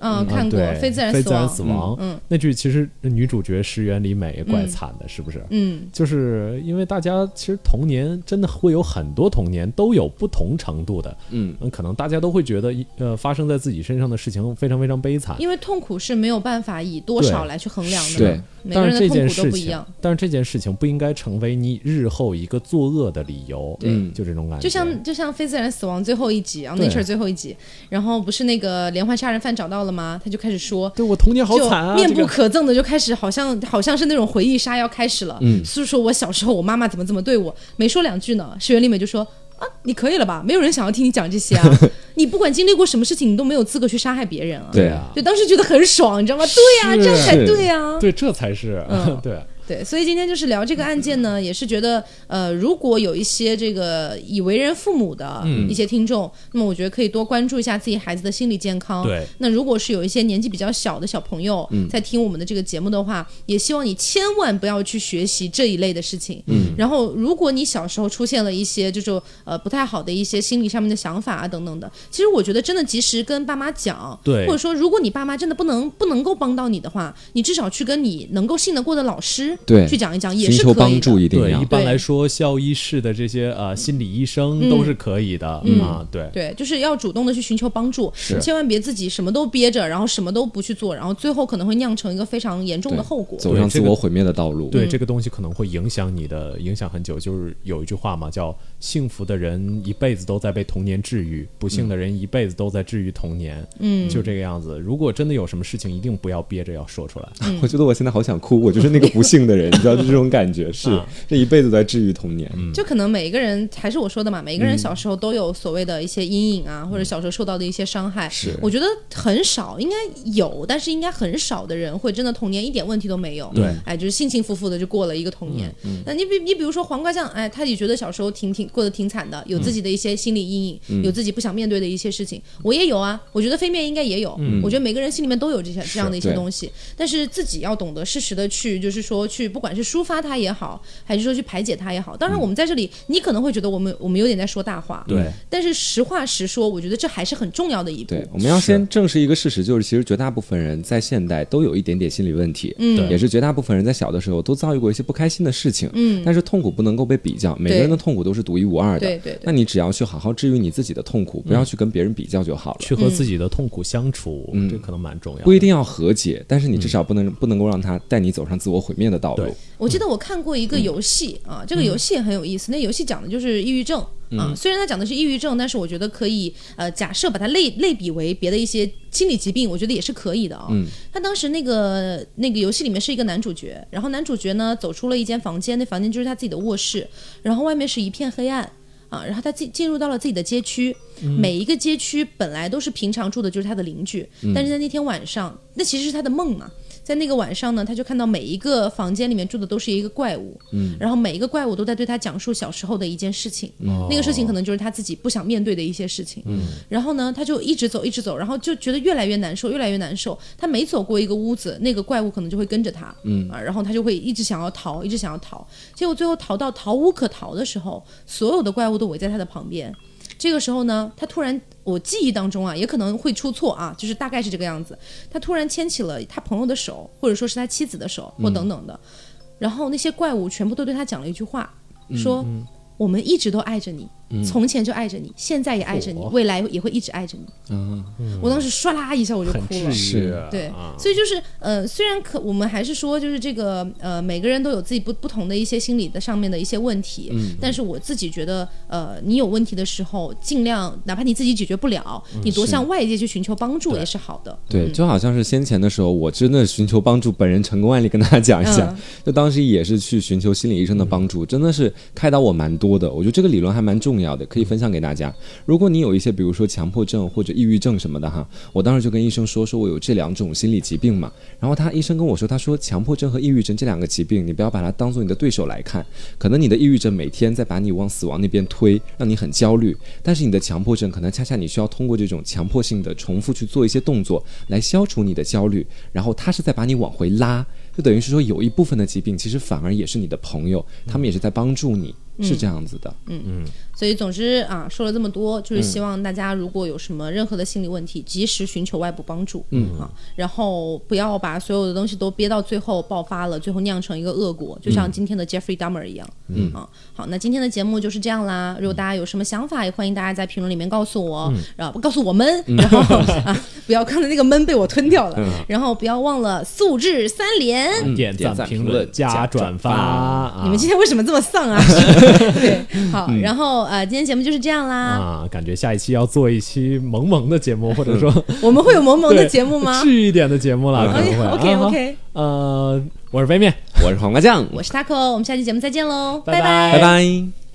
S3: 嗯，看过
S1: 啊对
S3: 非自然
S1: 非
S3: 死
S1: 自然
S3: 亡，
S1: 死亡，
S3: 嗯
S1: 那剧其实女主角石原里美也怪
S3: 嗯
S1: 惨的，是不是？
S3: 嗯，
S1: 就是因为大家其实童年真的会有很多童年都有不同程度的，
S2: 嗯，
S1: 嗯，可能大家都会觉得一呃发生在自己身上的事情非常非常悲惨，
S3: 因为痛苦是没有办法以多少
S1: 对
S3: 来去衡量的嘛，
S2: 对，
S3: 每个
S1: 但
S3: 人
S1: 是
S3: 的
S1: 这
S3: 痛
S1: 件
S3: 苦都
S1: 事
S3: 不一
S1: 情啊
S3: 样。，
S1: 但是这件事情不应该成为你日后一个作恶的理由，
S3: 对
S1: 嗯就这种感觉，
S3: 就像就像《非自然死亡》最后一集啊，《
S1: 对
S3: Nature》最后一集，然后不是那个连环杀人犯找到了吗？他就开始说，
S1: 对我童年好
S3: 就
S1: 惨啊，
S3: 面
S1: 这
S3: 不
S1: 个
S3: 可憎的就开始，好像好像是那种回忆杀要开始了。
S2: 嗯
S3: 诉说我小时候我妈妈怎么怎么对我，没说两句呢，石原里美就说啊，你可以了吧？没有人想要听你讲这
S1: *laughs*
S3: 些啊，你不管经历过什么事情，你都没有资格去杀害别人啊。
S2: 对
S1: 啊，
S3: 就当时觉得很爽，你知道吗？对呀、
S1: 是
S3: 这样才
S2: 是
S3: 对呀、
S1: *laughs*
S3: 啊。
S1: 对，这才是、
S3: 嗯
S1: 对。
S3: 对，所以今天就是聊这个案件呢，也是觉得呃，如果有一些这个已为人父母的一些听众，那么我觉得可以多关注一下自己孩子的心理健康。
S1: 对，
S3: 那如果是有一些年纪比较小的小朋友
S2: 嗯
S3: 在听我们的这个节目的话，也希望你千万不要去学习这一类的事情。嗯，然后如果你小时候出现了一些这种呃不太好的一些心理上面的想法啊等等的，其实我觉得真的及时跟爸妈讲，
S1: 对
S3: 或者说如果你爸妈真的不能不能够帮到你的话，你至少去跟你能够信得过的老师。
S2: 对
S3: 去讲一讲也
S2: 寻求
S3: 是可以的。
S2: 帮助一定
S1: 对，
S2: 要
S1: 一。般来说，校医室的这些呃心理医生都是可以的、啊，对。
S3: 嗯对，就是要主动的去寻求帮助，
S2: 是
S3: 千万别自己什么都憋着，然后什么都不去做，然后最后可能会酿成一个非常严重的后果。
S2: 走上
S1: 这
S2: 自
S1: 个
S2: 我毁灭的道路。
S3: 嗯
S1: 对这个东西可能会影响你的，影响很久。就是有一句话嘛，叫“幸福的人一辈子都在被童年治愈，不
S2: 嗯
S1: 幸的人一辈子都在治愈童年”。嗯，就这个样子。如果真的有什么事情，一定不要憋着要说出来。
S2: 我觉得我现在好想哭，我就是那个不幸的人，你知道，就这种感觉是这一辈子都在治愈童年。
S3: 就可能每一个人，还是我说的嘛，每一个人
S2: 嗯
S3: 小时候都有所谓的一些阴影啊，或者小时候受到的一些伤害。
S2: 是
S3: 我觉得很少，应该有，但是应该很少的人会真的童年一点问题都没有。
S1: 对
S3: 哎，就是幸幸福福的就过了一个童年。
S2: 嗯
S3: 那你比你比如说黄瓜酱，哎，他也觉得小时候挺挺过得挺惨的，
S2: 嗯
S3: 有自己的一些心理阴影，有自己不想面对的一些事情。我也有啊，我觉得飞面应该也有。我觉得每个人心里面都有这些这样的一些
S2: 嗯对
S3: 东西，但是自己要懂得适时的去，就是说去，不管是抒发它也好，还是说去排解它也好。当然，我们在这里，你可能会觉得我们我们有点在说大话，
S1: 对。
S3: 但是实话实说，我觉得这还是很重要的一步。
S2: 对，我们要先正视一个事实，就是其实绝大部分人在现代都有一点点心理问题，
S1: 对
S2: 也是绝大部分人在小的时候都遭遇过一些不开心的事情，嗯，但是痛苦不能够被比较，每个人的痛苦都是独一无二的，
S3: 对对对
S2: 那你只要去好好治愈你自己的痛苦，不要去跟别人比较就好了，
S1: 去
S3: 嗯
S1: 和自己的痛苦相处，这可能蛮重要的。
S2: 嗯不一定要和解，但是你至少不能、不能够让它带你走上自我毁灭的道路
S1: 嗯对，
S3: 我记得我看过一个游戏、啊，这个游戏也很有意思。那游戏讲的就是抑郁症、啊，虽然它讲的是抑郁症，但是我觉得可以呃，假设把它类类比为别的一些心理疾病，我觉得也是可以的啊。他当时那个那个游戏里面是一个男主角，然后男主角呢走出了一间房间，那房间就是他自己的卧室，然后外面是一片黑暗。啊，然后他进进入到了自己的街区，每一个街区本来都是平常住的，就是他的邻居，但是在那天晚上，那其实是他的梦嘛。在那个晚上呢，他就看到每一个房间里面住的都是一个怪物，嗯，然后每一个怪物都在对他讲述小时候的一件事情，那个事情可能就是他自己不想面对的一些事情，哦嗯，然后呢，他就一直走，一直走，然后就觉得越来越难受，越来越难受。他每走过一个屋子，那个怪物可能就会跟着他，嗯啊，然后他就会一直想要逃，一直想要逃，结果最后逃到逃无可逃的时候，所有的怪物都围在他的旁边，这个时候呢，他突然，我记忆当中啊，也可能会出错啊，就是大概是这个样子。他突然牵起了他朋友的手，或者说是他妻子的手，
S1: 嗯
S3: 或等等的。然后那些怪物全部都对他讲了一句话，说：“我们一直都爱着你，
S1: 嗯
S3: 从前就爱着你，现在也爱着你，
S1: 嚯
S3: 未来也会一直爱着你。我当时唰啦一下我就
S1: 嗯很
S3: 哭
S1: 治
S3: 了。
S1: 愈
S2: 是，
S3: 对
S1: 啊，
S3: 所以就是呃，虽然可我们还是说，就是这个呃，每个人都有自己不不同的一些心理的上面的一些问题，但是我自己觉得，呃，你有问题的时候，尽量哪怕你自己解决不了，你多向外界去寻求帮助也是好的。
S2: 对，就好像是先前的时候，我真的寻求帮助，本人成功案例跟大家讲一下。
S3: 嗯
S2: 就当时也是去寻求心理医生的帮助，真的是开导我蛮多的。我觉得这个理论还蛮重要的，可以分享给大家。如果你有一些，比如说强迫症或者抑郁症什么的哈，我当时就跟医生说，说我有这两种心理疾病嘛。然后他医生跟我说，他说强迫症和抑郁症这两个疾病，你不要把它当做你的对手来看。可能你的抑郁症每天在把你往死亡那边推，让你很焦虑，但是你的强迫症可能恰恰你需要通过这种强迫性的重复去做一些动作来消除你的焦虑，然后他是在把你往回拉，就等于是说有一部分的疾病其实反而也是你的朋友，他们也是在帮助你，是这样子的。
S3: 所以总之啊，说了这么多，就是希望大家如果有什么任何的心理问题，及时寻求外部帮助，嗯啊，然后不要把所有的东西都憋到最后爆发了，最后酿成一个恶果，就像今天的 Jeffrey Dahmer 一样，嗯啊，好，那今天的节目就是这样啦。如果大家有什么想法，也欢迎大家在评论里面告诉我，然后告诉我们，然后 *laughs* 啊，不要刚才那个闷被我吞掉了，然后不要忘了素质三连。
S1: 点
S2: 点
S1: 赞、
S2: 赞
S1: 评
S2: 评
S1: 论
S2: 论、
S1: 加
S2: 加
S1: 转
S2: 转
S1: 发
S2: 发
S1: 啊！
S3: 你们今天为什么这么丧 *laughs* 啊？对，好，然后啊、呃今天节目就是这样啦。
S1: 啊，感觉下一期要做一期萌萌的节目，或者
S2: 嗯
S1: 说
S3: 我们会有萌萌的
S1: 对
S3: 节目
S1: *laughs*
S3: 吗？
S1: 治愈一点的节目了，可
S3: 哎
S1: 能会。
S3: ，OK
S1: 啊
S3: OK，
S1: 好呃，我是飞面，
S2: 我是黄瓜酱，
S3: 我是 Taco，我们下期节目再见喽，
S1: 拜
S3: 嗯拜
S2: 拜拜。